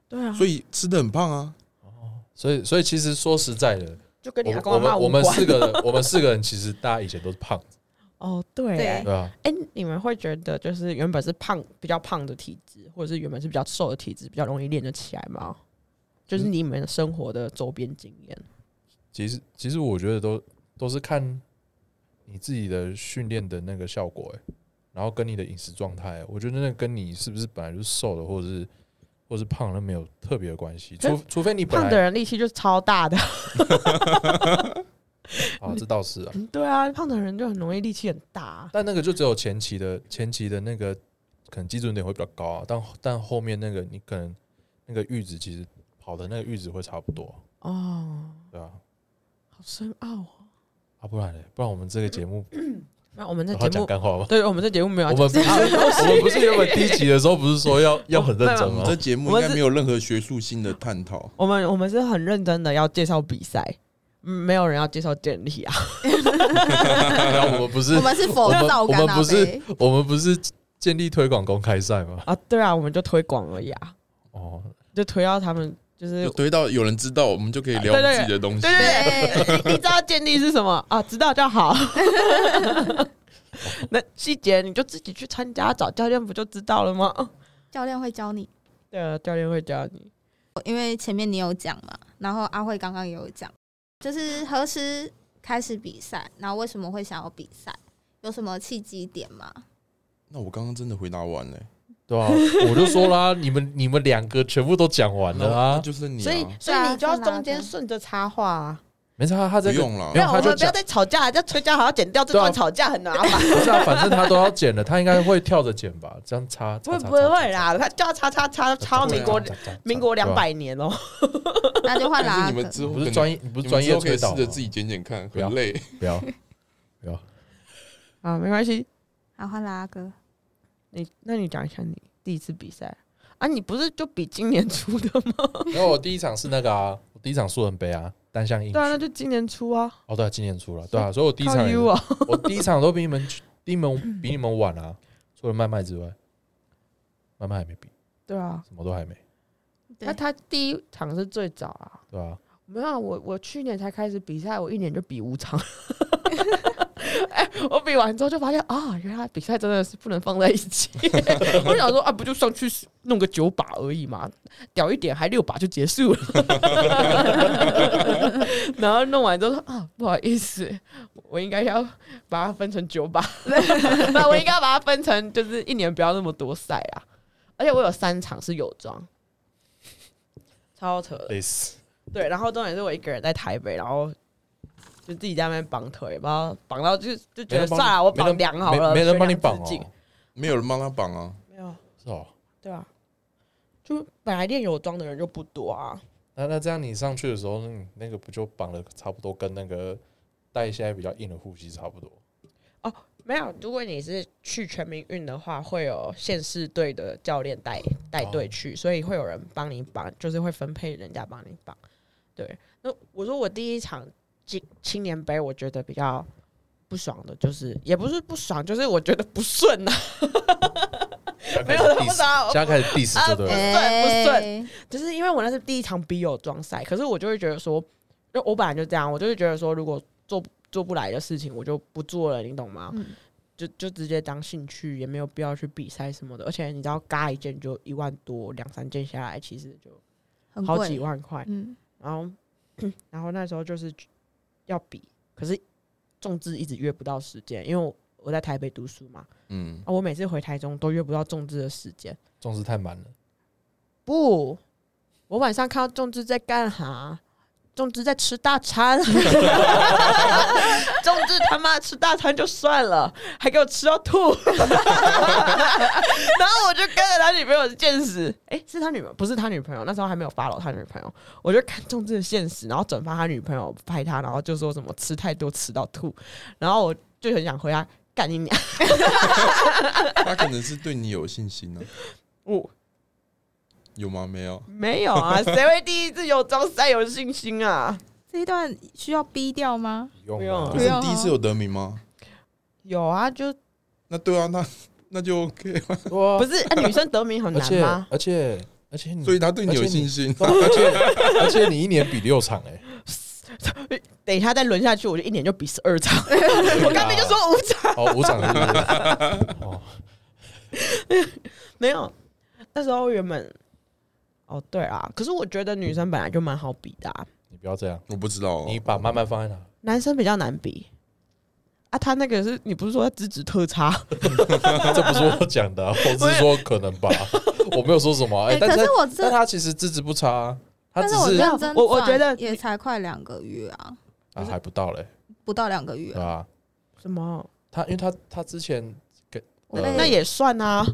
对啊，所以吃的很胖啊。所以，所以其实说实在的，就跟我你阿们公我阿妈们我无们关四个人， 我们四个人其实大家以前都是胖子，哦，对对哎、对啊，你们会觉得就是原本是胖比较胖的体质，或者是原本是比较瘦的体质，比较容易练得起来吗？就是嗯你们生活的周边经验，其实其实我觉得都都是看你自己的训练的那个效果、欸，然后跟你的饮食状态欸、我觉得那跟你是不是本来就是瘦的，或者是或是胖，那没有特别的关系。可是除除非你本胖的来人力气就是超大的，啊，这倒是啊，嗯 对啊，胖的人就很容易力气很大啊。但那个就只有前期的前期的那个可能基准点会比较高啊，但但后面那个你可能那个阈值其实跑的那个阈值会差不多啊，哦，对啊，好深奥哦。啊不然嘞，不然我们这个节目嗯那我们这好节讲目，干话吗？对我们这节目没有我要们不是我们不是原本第一集的时候不是说要要很认真哦我 吗们？这节目应该没有任何学术性的探讨。 我们我们是很认真的要介绍比赛，嗯没有人要介绍健力 啊。然后我们不是我们是否我们造我干啊们阿不飞是？ 我们不是建立推广公开赛吗？啊，对啊，我们就推广而已啊，哦，就推到他们就是就推到有人知道，我们就可以聊啊对我们对自己的东西对。 对对， 你你知道建立是什么啊？知道就好。那细节你就自己去参加，找教练不就知道了吗？教练会教你，对啊，教练会教你。因为前面你有讲嘛，然后阿慧刚刚也有讲，就是何时开始比赛，然后为什么会想要比赛，有什么契机 点吗？那我刚刚真的回答完了，欸 对啊，我就说啦，你们你们两个全部都讲完 了那啊，就是你所以啊，，所以你就要对啊中间顺着插话啊。没事啊，他不这个用啦没没。有有，我他就们不要讲再吵架了，这样吹架好像剪掉这对啊段吵架很 麻烦。不是啊，反正他都要剪了，他应该会跳着剪吧？这样插不插会插不会，啦，他就要插插插插插到民国插插插插民国对吧啊两百年哦。那就换但啦是你。们之你后不可是能专业，你不你是们专之业后可以推导试吗，着自己剪剪看，不要很累。不 要不要。啊，没关系，好，换啦，阿哥。你那你讲一下你第一次比赛啊？你不是就比今年出的 吗？然后我第一场是那个啊，我第一场素人杯啊，单项硬对啊，那举。就今年出啊。哦，对啊，今年出了，对啊，所以我第一靠场也是 U 啊，我第一场都比你们比你们比你们晚嗯啊，除了麦麦之外，麦麦还没比，对啊。什么都还没，那他第一场是最早啊，对吧、没有啊，我我去年才开始比赛，我一年就比五场。 哎、我比完之后就发现啊，原来比赛真的是不能放在一起。 我想说啊，不就上去弄个九把而已嘛，屌一点还六把就结束了。 然后弄完之后说啊，不好意思，我应该要把它分成九把， 那我应该要把它分成就是一年不要那么多赛啊。而且我有三场是有装，超扯的。类似对，然后重点是我一个人在台北，然后就自己在那边绑腿，不知道绑到就就觉得算了，我绑梁好了，没人帮你学梁绑自尽哦，没有人帮他绑啊，没有，是哦。对啊，就本来练有装的人就不多啊，那那这样你上去的时候，嗯那个不就绑的差不多跟那个带现在比较硬的护膝差不多？没有。如果你是去全民运的话，会有县市队的教练带带哦队去，所以会有人帮你绑，就是会分配人家帮你绑。对，那我说我第一场青青年杯，我觉得比较不爽的，就是也不是不爽，就是我觉得不顺啊。在没开有始我不知 diss，道现在开始 diss 就对了。不顺不哎就是因为我那是第一场笔友装赛，可是我就会觉得说，就我本来就这样，我就会觉得说，如果做做不来的事情，我就不做了，你懂吗？嗯就就直接当兴趣，也没有必要去比赛什么的。而且你知道，嘎一件就一万多，两三件下来，其实就很好几贵，万块。嗯，然后， 然后那时候就是要比，可是重志一直约不到时间，因为我我在台北读书嘛，嗯啊，我每次回台中都约不到重志的时间。重视太满了，不，我晚上看到仲之在干哈？仲之在吃大餐， 仲之他妈吃大餐就算了，还给我吃到吐， 然后我就跟着他女朋友的现实，哎、是他女朋友，不是他女朋友，那时候还没有发 o 他女朋友，我就看仲之的现实，然后转发他女朋友拍他，然后就说什么吃太多吃到吐，然后我就很想回他干你娘，他可能是对你有信心呢、 我有吗？没有，没有啊，谁会第一次有招赛有信心啊？这一段需要逼掉吗？不不用啊了可不是用你第一次有得名吗？有啊，就那对啊，那那就 OK 了。对啊不是、啊、女生得名很而难且吗？而且而且你，所以他对你有信心。而且而且你一年比六场哎， 等一下再轮下去，我就一年就比十二场。 啊我刚才就说五场哦五场是不是 哦， 没有，那时候原本哦对啊，可是我觉得女生本来就蛮好比的、啊，你不要这样，我不知道、哦，你把慢慢放在哪？男生比较难比啊。他那个是你不是说他资质特差？这不是我讲的啊，我只是说可能吧，我没有说什么啊。哎，哎，但可是是我但真，他其实资质不差啊，他但只我是认真，我我觉得也才快两个月啊，啊还不到嘞，不到两个月对，吧？ 什么？他因为他他之前我呃被那也算啊。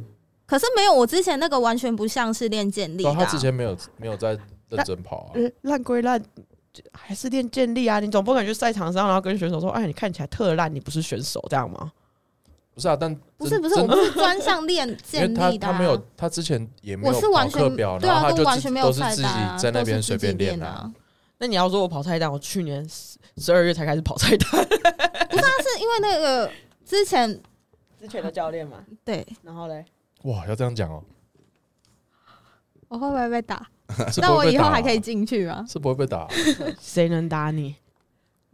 可是没有，我之前那个完全不像是练健力的对啊啊、嗯他之前没有没有在认真跑啊，呃烂归烂，还是练健力啊。你总不可能去赛场上，然后跟选手说：“哎，你看起来特烂，你不是选手，这样吗不是啊，但不是真不是，我真不是专项 练因为健他力的、啊他没有，他之前也没有我是完跑全课表，对然后啊，他就都完自全没都有是赛自单、啊，己在那都是边自随己便练练啊。。？”那你要说我跑菜单，我去年十二月才开始跑菜单，但是因为那个之前之前的教练嘛。对，然后嘞，哇，要这样 讲哦，我会不会被打？是那不我会被以打后啊还可以进去吗？是不会被打啊，谁能打你？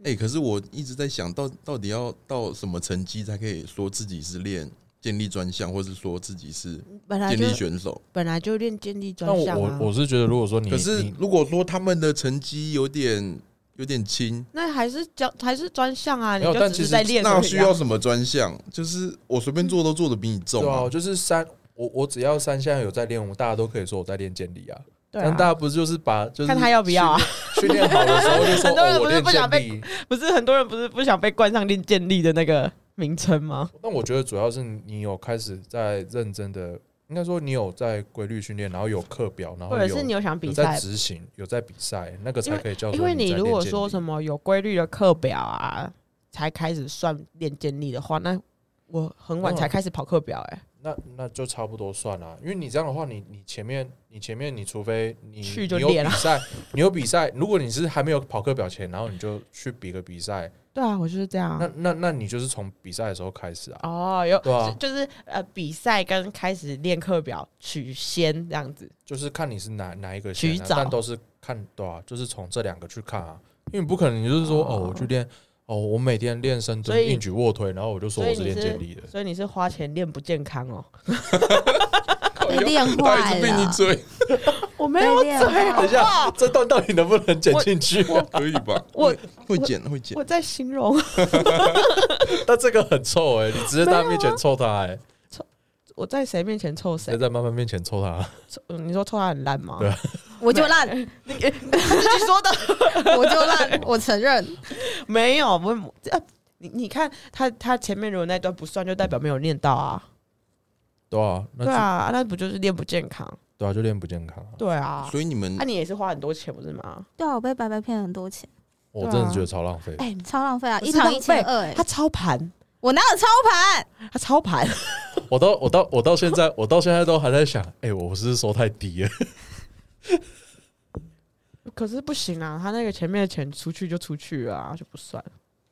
哎、可是我一直在想到到底要到什么成绩才可以说自己是练健力专项，或是说自己是本来健就力选手？本来就练健力专但我项啊我，我是觉得，如果说你可是你如果说他们的成绩有点有点轻，那还是教还是专项啊，你没有就但只其是实在练而已啊。那需要什么专项？就是我随便做都做的比你重对啊，啊我！就是三，我我只要三项有在练，我大家都可以说我在练健力啊。对但大啊，家不是就是把就是看他要不要啊？训练训练好的时候就说很多人哦，不我是练不想健力。不是很多人不是不想被冠上练健力的那个名称吗？但我觉得主要是你有开始在认真的，应该说你有在规律训练，然后有课表，然后或者是你有想有比哎在赛？执行，有在比赛，那个才可以叫做因为你你在如练果健说力什么有规律的课表啊，才开始算练健力的话，那我很晚没有才开始跑课表，哎，那那就差不多算了，因为你这样的话，你你前面你前面你除非你去就你有练比啊赛，你有比赛，如果你是还没有跑课表前，然后你就去比个比赛，对啊，我就是这样那啊。那那你就是从比赛的时候开始啊，哦，有对啊就就是呃，比赛跟开始练课表取先这样子。就是看你是哪哪一个先、提啊，早但都是看对啊，就是从这两个去看啊，因为你不可能你就是说哦哦，我去练哦，我每天练深所蹲、以硬举、卧推，然后我就说所以我是你练是健力的，所以你是花钱练不健康哦？被练 啊他坏一直被你 了，追， 我没啊被练坏等一了。下这段到底能不能剪 进去、啊？可以吧？ 我会剪啊会剪我，在形容，但这个很臭哎、你直接在他面啊前臭他哎、 我在谁面前臭直接谁？在妈妈面前臭他。啊臭 你说臭他很烂吗？对我就烂， 自己说的 我就烂，我承认。没有，不是啊。你你看他他前面如果那段不算，就代表没有练到啊。对啊，那对就啊，那不就是练不健康？对啊，就练不健康啊。对啊，所以你们那、你也是花很多钱不是吗？对啊，我被白白骗很多钱，我真的觉得超浪费。哎、超浪费啊！不一是场浪一费千二，哎他，操盘，我哪有操盘？他操盘， 我到我到我到现在，我到现在都还在想，哎、我是不是收太低了？ 可是不行啊，他那个前面的钱出去就出去啊，就不算。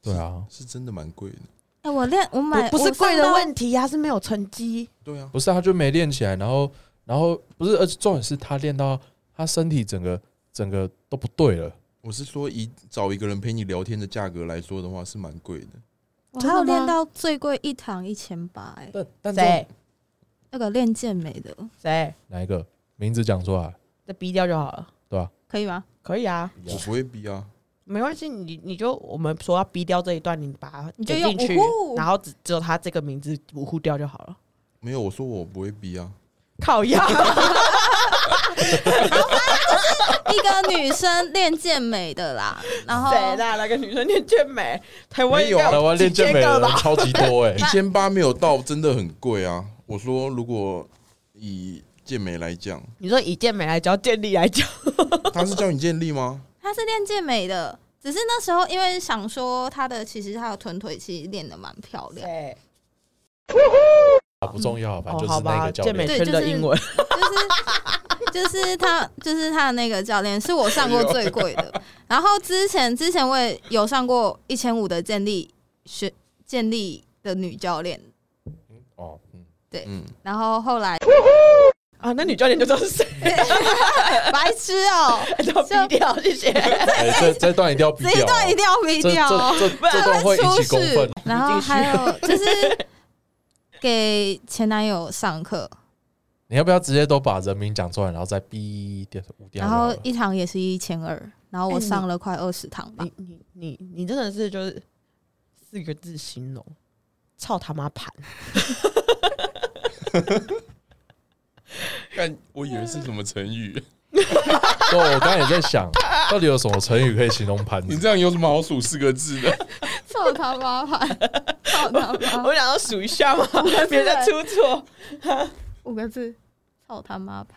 对啊，是真的蛮贵的。哎，我练我买不不是贵的问题，题啊呀、是没有成绩。对啊，不是，他就没练起来，然后然后不是，而且重点是他练到他身体整个整个都不对了。我是说以找一个人陪你聊天的价格来说的话，是蛮贵的。我真还的有练吗到最贵一堂一千八，哎，但但谁这那个练健美的谁哪一个名字讲出来？再逼掉就好了，可以吗？ 可以啊，我不会逼啊，没关系，你你就我们说要逼掉这一段，你把它你就剪用进去五，户然后只只有他这个名字模糊掉就好了。没有，我说我不会逼啊。靠腰，啊 一个女生练健美的啦，然后谁啦？那个女生练健美，台湾没有啊台湾练健美的人吧？超级多哎、一千八没有到，真的很贵啊。我说如果以健美来讲，你说以健美来教，健力来教，他是叫你建立吗？她是练健美的，只是那时候因为想说她的其实她的臀腿其实练得蛮漂亮，对，啊，不重要，反正哦，就好是那吧，个教健美练。圈的英文，就是 就是她就是她的那个教练是我上过最贵的，然后之前之前我也有上过一千五的健力学健力的女教练，哦，嗯，嗯，然后后来 啊，那女教练就知道是谁， 白痴哦、就逼掉，谢谢。 哎、这这段一定要逼这一掉、段一定要逼这掉、哦。这这啊这段会引起公愤。然后还有就是给前男友上课，你要不要直接都把人名讲出来，然后再逼掉五掉？然后一堂也是一千二，然后我上了快二十堂吧。你你你你真的是就是四个字形容，操他妈盘！ 但我以为是什么成语，对，我刚才也在想， 到底有什么成语可以形容盘你子？这样有什么好数四个字的？操他妈吧！操他妈！我想要数一下 嘛，别再出错。五个字，操他妈吧！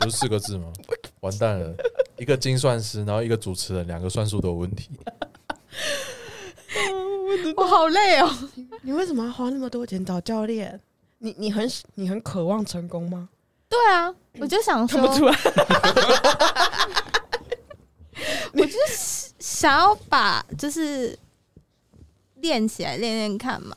不是四个字吗？完蛋了，一个精算师，然后一个主持人，两个算术都有问题。我好累哦。你为什么要花那么多钱找教练？你你很你很渴望成功吗？对啊，我就想 看不说，出来，想要把就是练起来练练看嘛，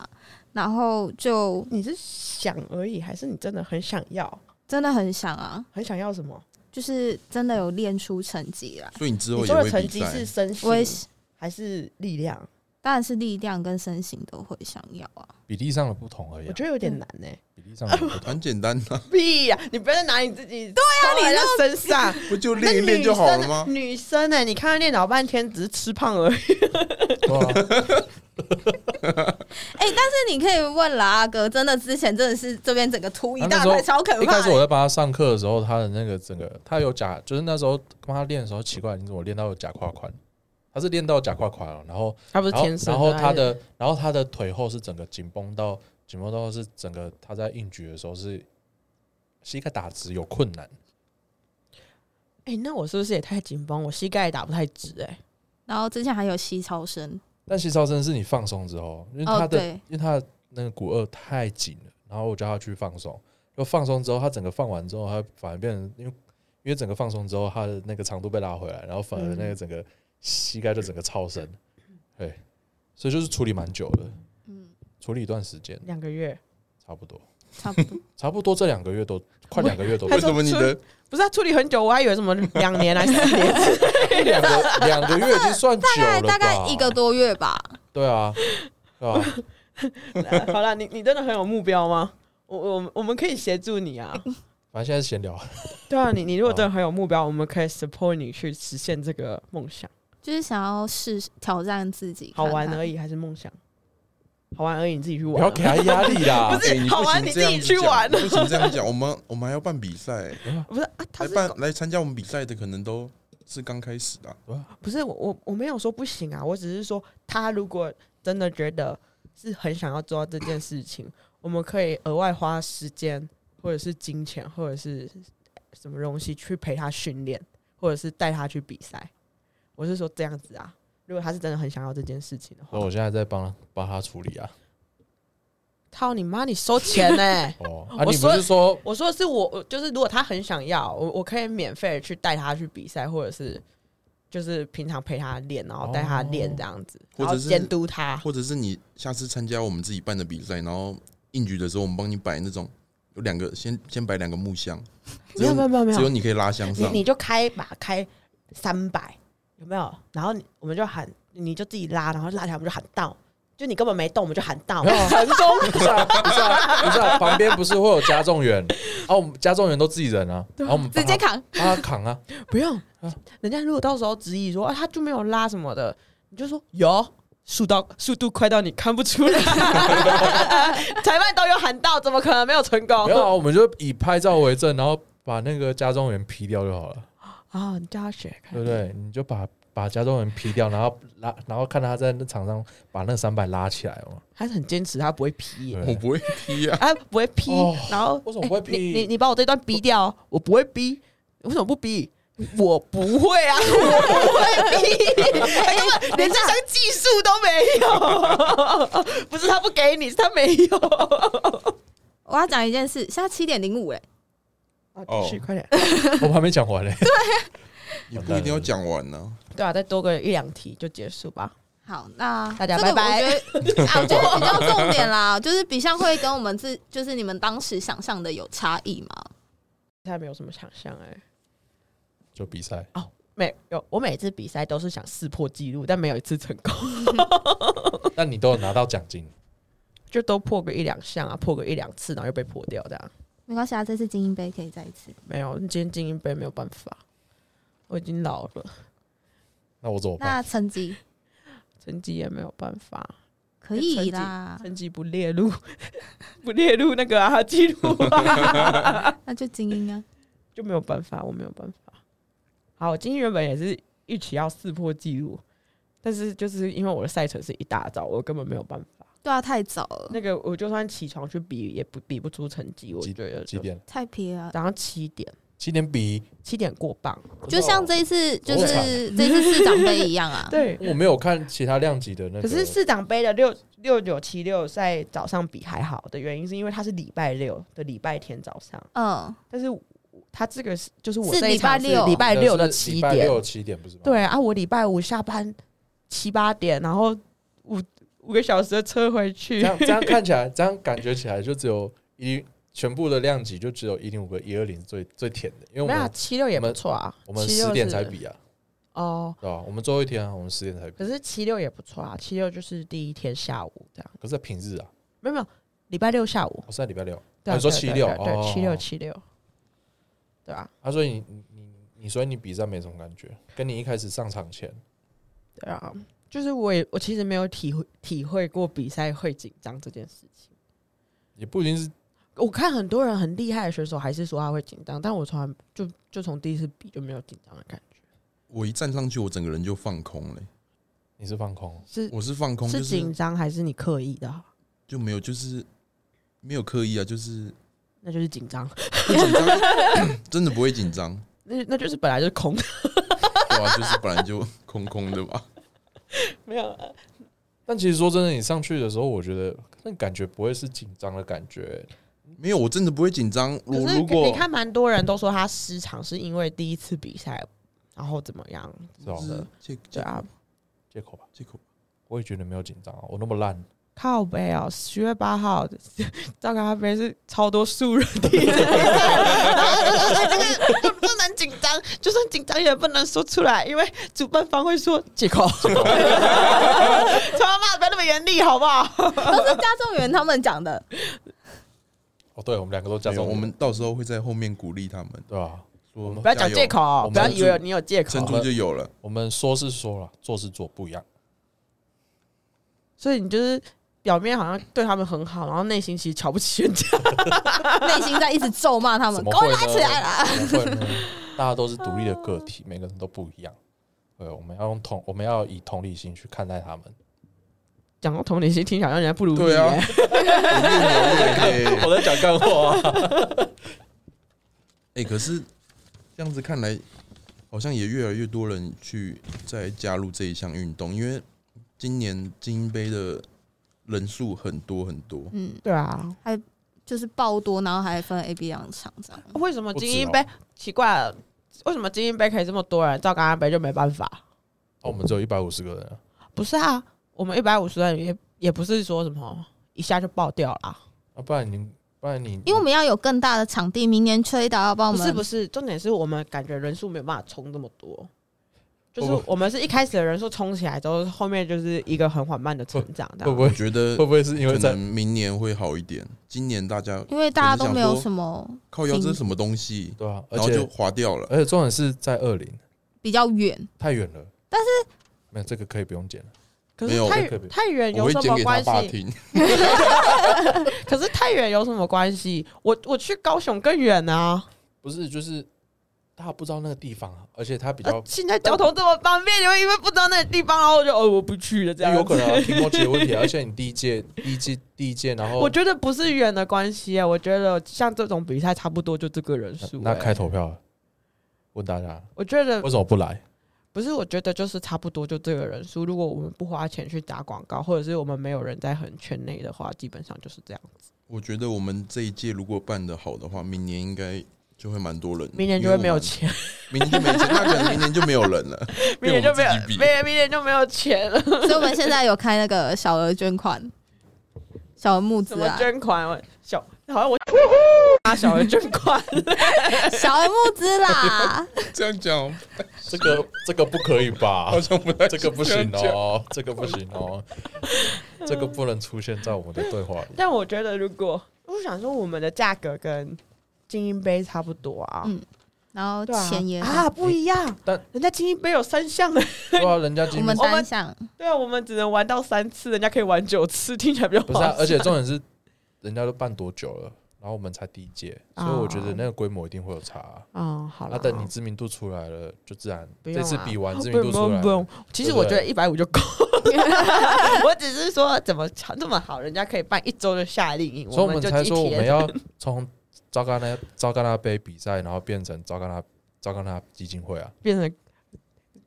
然后就你是想而已，还是你真的很想要？真的很想啊，很想要什么？就是真的有练出成绩来。 所以你之你后也说的会成比绩赛是？ 身我也形是还是力量？当然是力量跟身形都会想要啊。比例上的不同而已、我啊，觉得有点难呢。比例上的 不同。很简单啊，屁呀！你不要再拿你自己对你呀，你在身上。不就 练一练就好了吗那？女生呢、女生欸？你看她练老半天，只是吃胖而已。对啊哎、但是你可以问啦，阿哥，真的之前真的是这边整个秃一啊那大时候块，超可一怕开始我的、在帮他上课的时候，他的那个整个，他有假，就是那时候帮他练的时候，奇怪，你怎么练到有假胯宽？他是练到假胯宽了，然后 她不然后然后他的，然后他的腿后是整个紧绷到紧绷到是整个他在硬举的时候是膝盖打直有困难，哎、那我是不是也太紧绷？我膝盖也打不太直哎、然后之前还有吸超声，但膝超声是你放松之后，因为哦他的、对因为他的那个骨颚太紧了，然后我叫他去放松，就放松之后，他整个放完之后，他反而变成因为因为整个放松之后，他的那个长度被拉回来，然后反而嗯那个整个膝盖就整个超伸，对，所以就是处理蛮久的，嗯，处理一段时间两个月差不多。差不多。差不多这两个月都快两个月都他为说什么你的不是他处理很久，我还以为什么两年来四年。两个两个月已经算 久大概了吧大概一个多月吧，对啊，对啊， 好了，你你真的很有目标吗？我我我们可以协助你啊。反正现在闲 聊，对啊，你你如果真的很有目标，我们可以 support 你去实现这个梦想。就是想要试挑战自己好玩而已。已还是梦想？好玩而已，你自己去不玩啊、要给他压力啦不。是哎你好玩行你这自样己子去讲玩不行这样讲，我们我们还要办比赛，不是啊，他来是办来参加我们比赛的可能都是刚开始的啊。不是我我我没有说不行啊，我只是说他如果真的觉得是很想要做到这件事情，我们可以额外花时间或者是金钱或者是什么东西去陪他训练，或者是带他去比赛。我是说这样子啊，如果他是真的很想要这件事情的话哦所以，我现在在帮帮他处理啊。操你妈，你收钱呢、 哦，啊，我你不说是说我说的是我，我就是如果他很想要，我我可以免费去带他去比赛，或者是就是平常陪他练，然后带他练这样子，哦或然者后是监督他。啊或者是你下次参加我们自己办的比赛，然后应举的时候，我们帮你摆那种有两个，先先摆两个木箱，只 没有没有有没有没只有有，你可以拉箱你上，你就开把开三百有没有？然后你我们就喊，你就自己拉，然后拉起来我们就喊到，就你根本没动，我们就喊到没。有传中，不是啊，不是啊，不是啊，旁边不是会有加重员，啊，我们加重员都自己人啊，然后我们直帮接他扛。帮他扛啊， 不用啊，人家如果到时候质疑说啊，他就没有拉什么的，你就说有。速到速度快到你看不出 来，裁判都有喊到，怎么可能没有成功？没有啊，我们就以拍照为证，然后把那个加重员 P 掉就好了，啊，你叫他学看对不对？你就把把加重员 P 掉，然后拉，然后看他在那场上把那三百拉起来嘛，他是很坚持，他不会劈耶，对我不会踢 啊，他不会劈哦，然后为什么不会劈哎你你你把我这段逼掉，我不会逼，为什么不逼？我不会啊， 我不会逼，他哎根本连这项技术都没有。 不是他不给你，是他没有。我要讲一件事，现在七点零五嘞，欸哦继续快点。我还没讲完嘞，也不一定要讲完呢、对啊，再多个一两题就结束吧。好，那大家这个拜拜 我觉得啊，我觉得比较重点啦，就是比赛会跟我们自，就是你们当时想象的有差异吗？他没有什么想象哎、就比赛，每哦有我每次比赛都是想撕破纪录，但没有一次成功， 但你都有拿到奖金，就都破个一两项啊，破个一两次，然后又被破掉这样。没关系啊，这次精英杯可以再一次。没有，今天敬一杯没有办法，我已经老了，那我怎么办？那成绩成绩也没有办法，可以啦，成绩不列入， 不列入那个啊记录 啊，那就精英啊。就没有办法，我没有办法。好，我今天原本也是预期要撕破纪录，但是就是因为我的赛程是一大早，我根本没有办法。对啊，太早嗯了，那个我就算起床去比，也不比不出成绩，我几觉得几就点？太 撇了。早上七点，七点比，七点过磅，就像这一次，就多惨是这次市长杯一样 啊。对。我没有看其他量级的那可个，是市长杯的六六九七六在早上比还好的原因，是因为它是礼拜六的礼拜天早上，嗯，但是他这个是就是我是这一礼拜场是六礼拜六的是七礼拜点，六七点不是吗？对啊，我礼拜五下班七八点，然后五五个小时的车回这去，样这样看起来，这样感觉起来就只有一全部的量级就只有一零五跟一二零最最甜的，因为我没有啊们七六也不错啊，我们七六十点是才比啊，哦。对吧？我们最后一天啊，我们十点才比，可是七六也不错啊，七六就是第一天下午这样，可是在平日啊，没有没有，礼拜六下午。我是在礼拜六，对啊、你说对对76对哦对，七六七六，对啊，啊，所以你你你你所以你比赛没什么感觉，跟你一开始上场前，对啊，就是我也我其实没有体会体会过比赛会紧张这件事情。也不一定是我看很多人很厉害的选手还是说他会紧张，但我从来就就从第一次比就没有紧张的感觉，我一站上去，我整个人就放空了、你是放空，是我是放空，就是紧是张还是你刻意的啊？就没有，就是没有刻意啊，就是那就是紧张， 不紧张，真的不会紧张，那那就是本来就是空的，对啊，就是本来就空空的嘛。 没有啊但其实说真的，你上去的时候，我觉得那感觉不会是紧张的感觉，没有，我真的不会紧张。可我是如果你看，蛮多人都说他失常是因为第一次比赛，然后怎么样？是吧？是借对借啊，借口吧，借口，我也觉得没有紧张啊，我那么烂，靠北哦，十月八号， 赵咖啡是超多素人第一次比赛，然后就说哎这个不能紧张，就算紧张也不能说出来，因为主办方会说借口。超 骂，不要那么严厉，好不好？ 都是加重员他们 讲的。哦，对，我们两个都加没有，上我们到时候会在后面鼓励他们，对吧？说 不要讲加油借口哦，我们不要以为你有借撑口。住就有了。我们说是说了，做是做不一样。所以你就是表面好像对他们很好，然后内心其实瞧不起人家。 内心在一直咒骂他们，怎给么我会呢拉起来啦！怎么会呢？大家都是独立的个体，每个人都不一样。对，我们要用同，我们要以同理心去看待他们。讲到同理心，听起来好像人家不如你、欸。对啊，哎、我在讲干话、啊，欸可是这样子看来，好像也越来越多人去再加入这一项运动，因为今年精英杯的人数很多很多。嗯，对啊，就是爆多，然后还分 A、B 两场这样。为什么不止精英杯、奇怪了？为什么精英杯可以这么多人，照刚刚杯就没办法？ 我们只有一百五十个人啊，不是啊，我们一百五十人也也不是说什么一下就爆掉啦。啊，不然你不然你，因为我们要有更大的场地，明年吹导要帮我不们。是不是，重点是我们感觉人数没有办法冲这么多，就是会我们是一开始的人数冲起来之后，后面就是一个很缓慢的成长，这会样不会我觉得会不会是因为可在能明年会好一点，今年大家因为大家都没有可是想说什么靠腰这是嗯什么东西，对啊？而然后就且划掉了。而且重点是在二零，比较 远，太远了。但是没有这个可以不用剪了，可没是有太这个比太远我有会什剪么给他关爸系？听，可是太远有什么关系？我我去高雄更远啊！不是就是大家不知道那个地方啊，而且它比较呃，现在交通这么方便，你们因为不知道那个地方，然后我就哦我不去了这样子。有可能 啊，提莫奇的问题啊，而且你第一届第一届第一届，然后我觉得不是远的关系啊，我觉得像这种比赛差不多就这个人数、那那欸开投票啊，问大家我觉得 为什么不来？不是，我觉得就是差不多就这个人数。如果我们不花钱去打广告，或者是我们没有人在很圈内的话，基本上就是这样。 我觉得我们这一届如果办的好的话，明年应该就会蛮多人。明年就会没有因为钱，我们，明年就没钱，那可能明年就没有人 了。明年就没有 因为我们自己，比明年明年就没有钱了。所以我们现在有开那个小额捐款、小额募怎资么啊，捐款？我小好像我啊，小的捐款，小额募资 啦。这样讲这个这个不可以 吧好？像不太这个不这行样讲。哦，这个不行哦，这个不能出现在我们的对话 里。但我觉得如果我想说，我们的价格跟精英杯差不多啊。嗯然后对啊钱也，啊不一样，但人家精英杯有三项的，对啊，人家我今们天单项对啊，我们只能玩到三次，人家可以玩九次，听起来比较不是啊划，而且算重点是人家都办多久了，然后我们才第一届，所以我觉得哦那个规模一定会有差啊。哦，好那了，等你知名度出来了，就自然不用这啊次比完知不用名度不出用来不了用，，其实对不我觉得对一百五就够。 我只是说怎么这么好，人家可以办一周的夏令营，所以我们们就才一说我们天。要从招干那招干那杯比赛，然后变成招干那招干那基金会啊。变成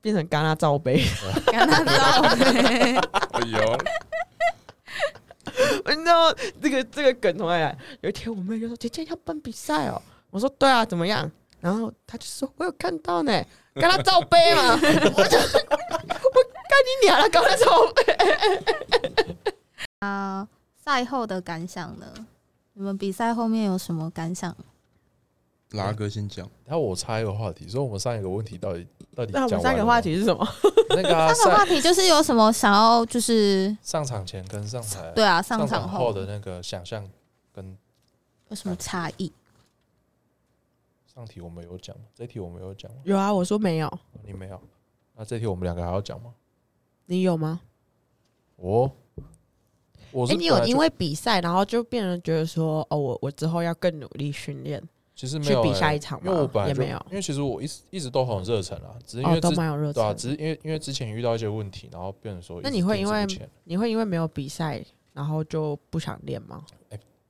变成戛纳罩杯， 刚 刚知道哎呦，你知道这个这个梗从哪里来？有一天我妹就说：“姐姐要办比赛哦。”我说：“对啊，怎么样？”然后她就说：“我有看到呢，戛纳罩杯嘛。” 我就我干你娘了，戛纳罩杯。啊。赛后的感想呢？你们比赛后面有什么感想？拉哥先讲，然后我插一个话题，所以我们上一个问题到底到底那我讲们完三了个吗话题是什么？那个啊三个话上题就是有什么想要，就是上场前跟上台对啊，上呃上场场后后的那个想象跟有什么差异？上题我们有讲吗？这题我们有讲吗？有啊，我说没有，你没有？那这题我们两个还要讲吗？你有吗？我我哎、是你本有来就因为比赛，然后就变成觉得说，哦，我我之后要更努力训练，其实没去有比欸下一场因为我吗本？来也就没有，因为其实我一直一直都很热忱啊，只是因哦，为都之蛮有热对啊，忱。只是因为因为之前遇到一些问题，然后变成说一那直你会停滞因为不前你会因为没有比赛，然后就不想练吗？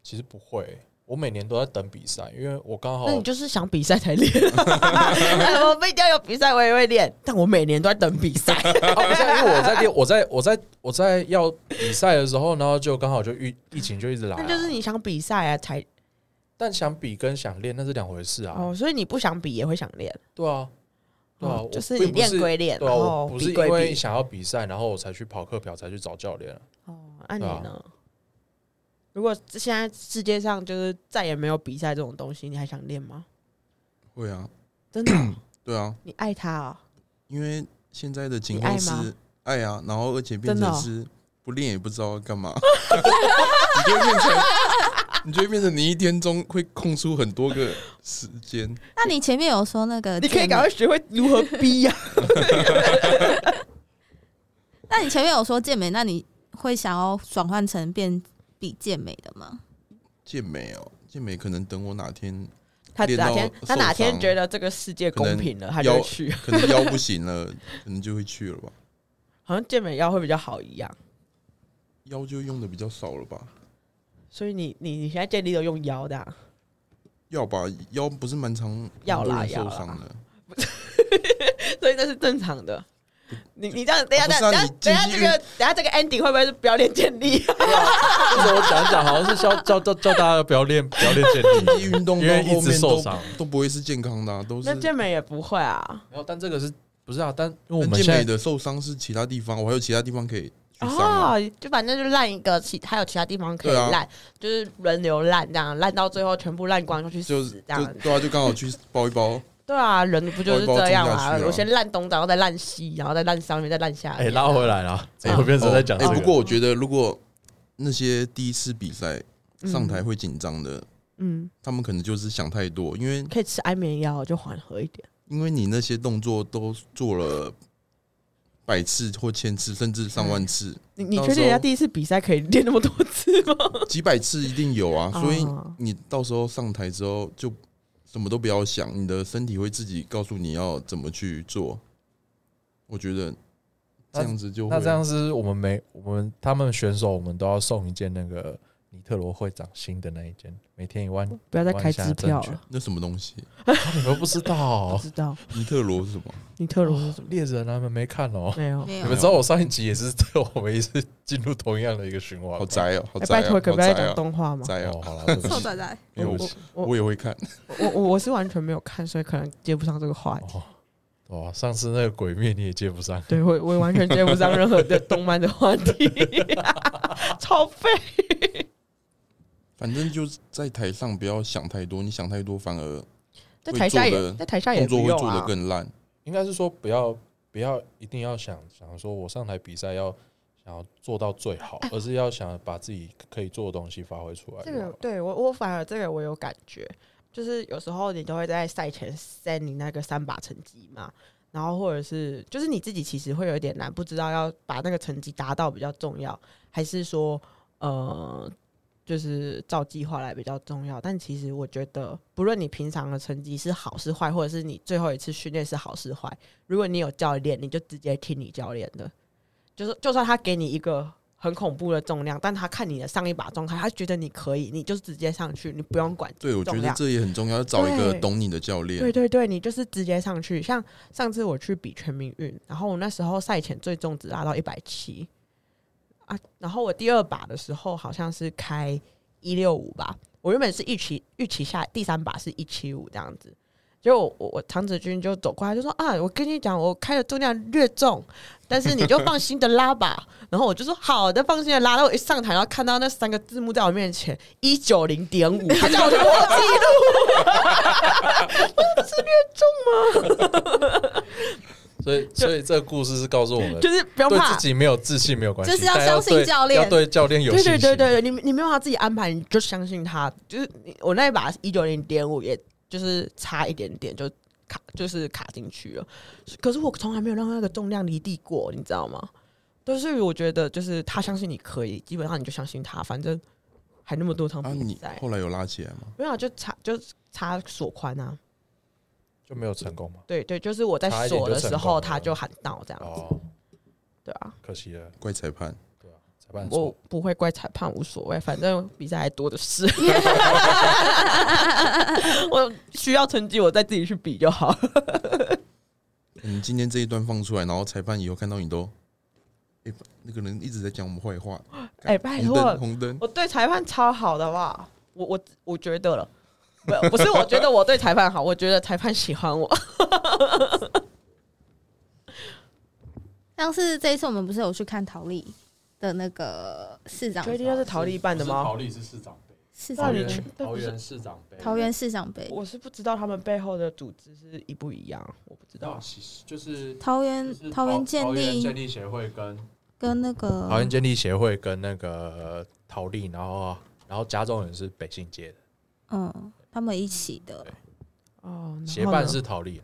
其实不会欸、我每年都在等比赛，因为我刚好那 你就是想比赛才练。 哎我非要有比赛，我也会练，但我每年都在等比 赛。哦不是啊因为我在练，我在我在我在要比赛的时候，然后就刚好就疫疫情就一直来、啊，那就是你想比赛啊，才但想比跟想练那是两回事啊，哦，所以你不想比也会想练，对啊，对啊，嗯我就是并你不练归练，对然啊，后我不是比因归为比。想要比赛，然后我才去跑课表，才去找教练啊、 哦，那你对啊呢？如果现在世界上就是再也没有比赛这种东西，你还想练吗？会啊，真的哦，对啊，你爱他啊？因为现在的情你爱况吗是爱啊，然后而且变真的哦成是不练也不知道要干嘛， 你就会变成，你就会变成你一天中会空出很多个时间，那你前面有说那个，你可以赶快学会如何逼呀、那你前面有说健美，那你会想要转换成变比健美的吗？健美哦，健美可能等我哪天 他练哪到天他受哪天伤觉得这个世界可公能平了，他就会腰去。可能腰不行了，可能就会去了吧，好像健美药会比较好一样，腰就用的比较少了吧，所以你你你现在健力都用腰的、啊，要吧，腰不是蛮常要蛮多啦人要受啦伤的，所以这是正常的。你你这样，等一下不等一是啊下你等一下进这去个等一下这个 ending 会不会是不要练健 力？为什么我讲一讲，好像是教教教教大家不要练不要练健一力， 运动因为到一后直面受都伤。都不会是健康的啊、都是那健美也不会啊，然后但这个是不是啊，但因为我但们健现美在的受伤是其他地方，我还有其他地方可以去伤啊。哦，就反正就烂一个，其还有其他地方可以对啊烂，就是轮流烂这样，烂到最后全部烂光就去就死就这样。对啊，就刚 好去包一包，对啊，人不就是包一包这样种下吗去？啊我先烂东，然后再烂西，然后再烂上面，再烂下哎、面。拉回来 了，哎怎么变成在讲哎、这个？不过我觉得如果那些第一次比赛上台会紧张的，嗯，他们可能就是想太多，因为可以吃安眠药就缓和一点。因为你那些动作都做了百次或千次，甚至上万次，嗯你你到确定时候人家第一次比赛可以练那么多次 吗？几百次一定有啊，所以哦你到时候上台之后就什么都不要想，你的身体会自己告诉你要怎么去做。我觉得这样子就会那这样是我们每我们他们选手，我们都要送一件那个尼特罗会长新的那一件，每天一万， 不要再开支票了，那什么东西？你们不知 不道知道尼特罗是什么？你特罗是什么？ 猎人他们没看哦。没有。没你们有啊知道我上一集也是对我们也是进入同样的一个循环吗。好宅哦，好哎，宅拜哦，托，可好不要再宅讲哦，动画嘛！宅哦，哦，好 了，对不臭起仔仔，因为我我我也会看，我我我是完全没有看，所以可能接不上这个话题。哦，哇，上次那个鬼灭你也接不上，对，我我完全接不上任何的动漫的话题， 超废。反正就是在台上不要想太多，你想太多反而在台下会做也得在台下也动不作会用做得啊。更烂。应该是说不要不要一定要想想说我上台比赛要想要做到最好，而是要想把自己可以做的东西发挥出来就这好了。个对我我反而这个我有感觉，就是有时候你都会在赛前 send 你那个三把成绩嘛，然后或者是就是你自己其实会有一点难，不知道要把那个成绩达到比较重要，还是说呃就是照计划来比较重要。但其实我觉得，不论你平常的成绩是好是坏，或者是你最后一次训练是好是坏，如果你有教练，你就直接听你教练的，就是就算他给你一个很恐怖的重量，但他看你的上一把状态，他觉得你可以，你就直接上去，你不用管对，我觉重得量这也很重要，要找一个对懂你的教练对。对对，你就是直接上去。像上次我去比全民运，然后我那时候赛前最重只拉到一百七啊，然后我第二把的时候好像是开一六五吧，我原本是预期预期下第三把是一七五这样子。结果我我我唐子君就走过来就说啊，我跟你讲，我开的重量略重，但是你就放心的拉吧。然后我就说好的，放心的拉。然后我一上台，然后看到那三个字幕在我面前一九零点五，他叫我去破纪录。所以，所以这个故事是告诉我们，就是不用对怕自己没有自信没有关系，就是要但要相信对教练要对教练有对信对心。对对对，你你没有办法自己安排，你就相信他。就是你我那一把一九零点五，也就是差一点点就卡，就是卡进去了。可是我从来没有让那个重量离地过，你知道吗？但是我觉得，就是他相信你可以，基本上你就相信他，反正还那么多场啊，比你赛，哦后来有拉起来吗？没有啊就差就差锁宽啊。就没有成功嘛。对对，就是我在差一点锁就的时成功候，了他就喊到这样子，哦，对啊。可惜了，怪裁判，对啊，裁判我错，不会怪裁判，无所谓，反正比赛还多的 是。我需要成绩，我再自己去比就好了。你今天这一段放出来，然后裁判以后看到你都，哎，那个人一直在讲我们坏话，哎、拜红灯托，红灯，我对裁判超好的吧？我我我觉得了，不不是，我觉得我对裁判好，我觉得裁判喜欢 我。像是这一次我们不是有去看陶丽的那个市长确定那是陶丽办的吗？丽是市长杯，市那长你去那不桃是园市长杯，桃园市长杯，我是不知道他们背后的组织是一不一样，我不知那道。其实就是桃就园是嗯桃园建桃园建立立协会跟跟那个桃园建立协会跟那个陶丽，然后然后加州人是北信街的，嗯，他们一起的。哦，然后协办呢是陶丽啊，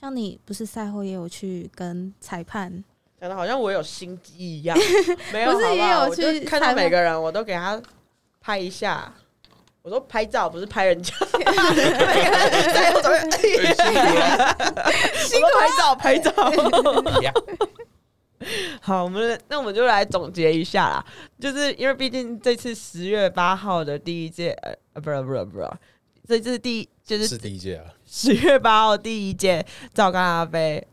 像你不是赛后也有去跟裁判，讲的好像我有心机一 样，没有，不是好好也有我就去看到采访每个人，我都给他拍一下。我说拍照不是拍 人家，对，我怎么哎辛苦啊啊拍照拍照啊呀。 好，我们那我们就来总结一下啦，就是因为毕竟这次十月八号的第一届，呃，呃不是不是不是，这次第就是是第一届啊，十月八号第一届赵干阿飞，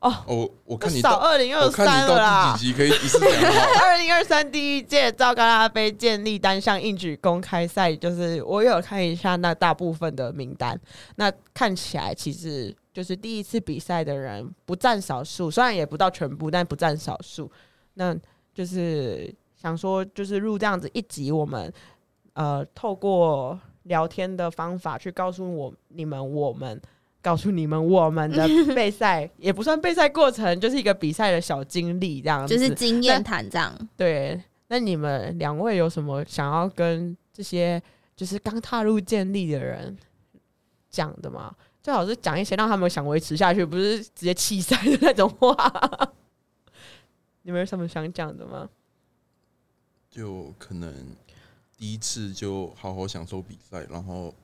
哦，我看你少到，二零二我看三你了啦到。第几集可以一次讲好。 二零二三第一届赵高拉杯建立单项硬举公开赛，就是我有看一下那大部分的名单，那看起来其实就是第一次比赛的人不占少数，虽然也不到全部，但不占少数。那就是想说，就是入这样子一集，我们呃透过聊天的方法去告诉我你们我们。告诉你们，我们的备赛也不算备赛过程，就是一个比赛的小经历，这样子。就是经验谈这样。对，那你们两位有什么想要跟这些就是刚踏入建立的人讲的吗？最好是讲一些让他们想维持下去，不是直接弃赛的那种话。你们有什么想讲的吗？就可能第一次就好好享受比赛，然后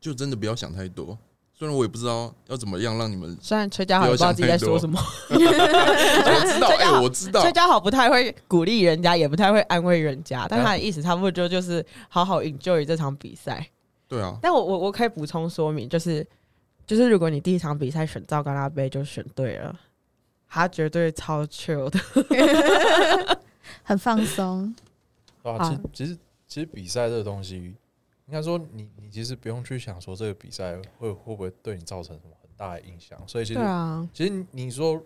就真的不要想太多。虽然我也不知道要怎么样让你 们，虽然崔家豪也不知道自己在说什么，我知道，这个哎、我知道 崔，家豪不太会鼓励人家，也不太会安慰人家，但他的意思差不多就是好好 enjoy 这场比赛。对啊，但我我我可以补充说明，就是就是如果你第一场比赛选赵甘拉杯就选对了，他绝对超 chill 的。很放松，啊，好其实其实其实比赛这个东西，应该说你你其实不用去想说这个比赛会会不会对你造成什么很大的影响，所以其实、啊，其实你说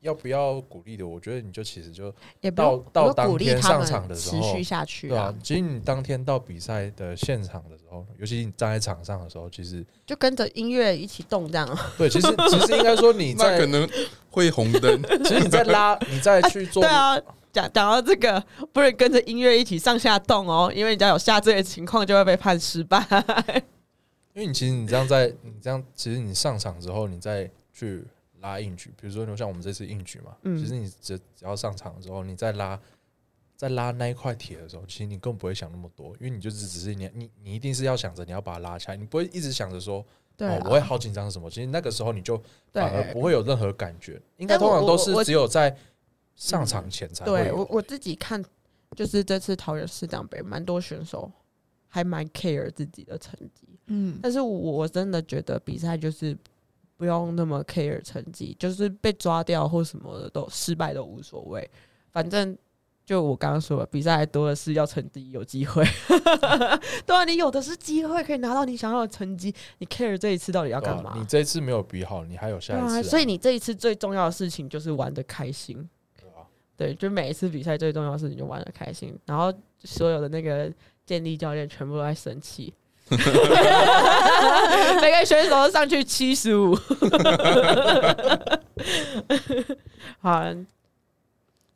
要不要鼓励的，我觉得你就其实就也不到用到不用当鼓励天他上们场的时持候续下去对啊，其实你当天到比赛的现场的时候，尤其你站在场上的时候，其实就跟着音乐一起动这样。啊 对，其实其实应该说你那可在，能会红灯， 其实你在拉，你再去 做对啊，讲讲到这个，不能跟着音乐一起上下动哦，因为你只要有下坠的情况，就会被判失败。 因为你其实你这样在你这样，其实你上场之后，你再去拉硬举，比如说像我们这次硬举嘛，嗯其实你只只要上场之后，你再拉再拉那一块铁的时候，其实你更不会想那么多，因为你就只只是你你你一定是要想着你要把它拉起来，你不会一直想着说对哦啊，我会好紧张什么，其实那个时候你就对反而不会有任何感觉，应该但通常我都我是我嗯只有在上场前才会对我有。我自己看，就是这次桃园市长杯，蛮多选手还蛮 care 自己的成绩。嗯，但是我真的觉得比赛就是不用那么 care 成绩，就是被抓掉或什么的都失败都无所谓，反正就我刚刚说了，比赛多的是要成绩有机会， 对啊，你有的是机会可以拿到你想要的成绩，你 care 这一次到底要对啊干嘛？你这一次没有比好，你还有下一次、啊，所以你这一次最重要的事情就是玩的开心。对啊对，就每一次比赛最重要的事情就玩的开心，然后所有的那个健力教练全部都在生气，每个选手都上去七十五。 好，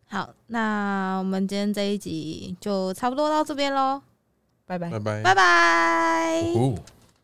好，那我们今天这一集就差不多到这边喽，拜拜哎拜。拜，拜拜。哦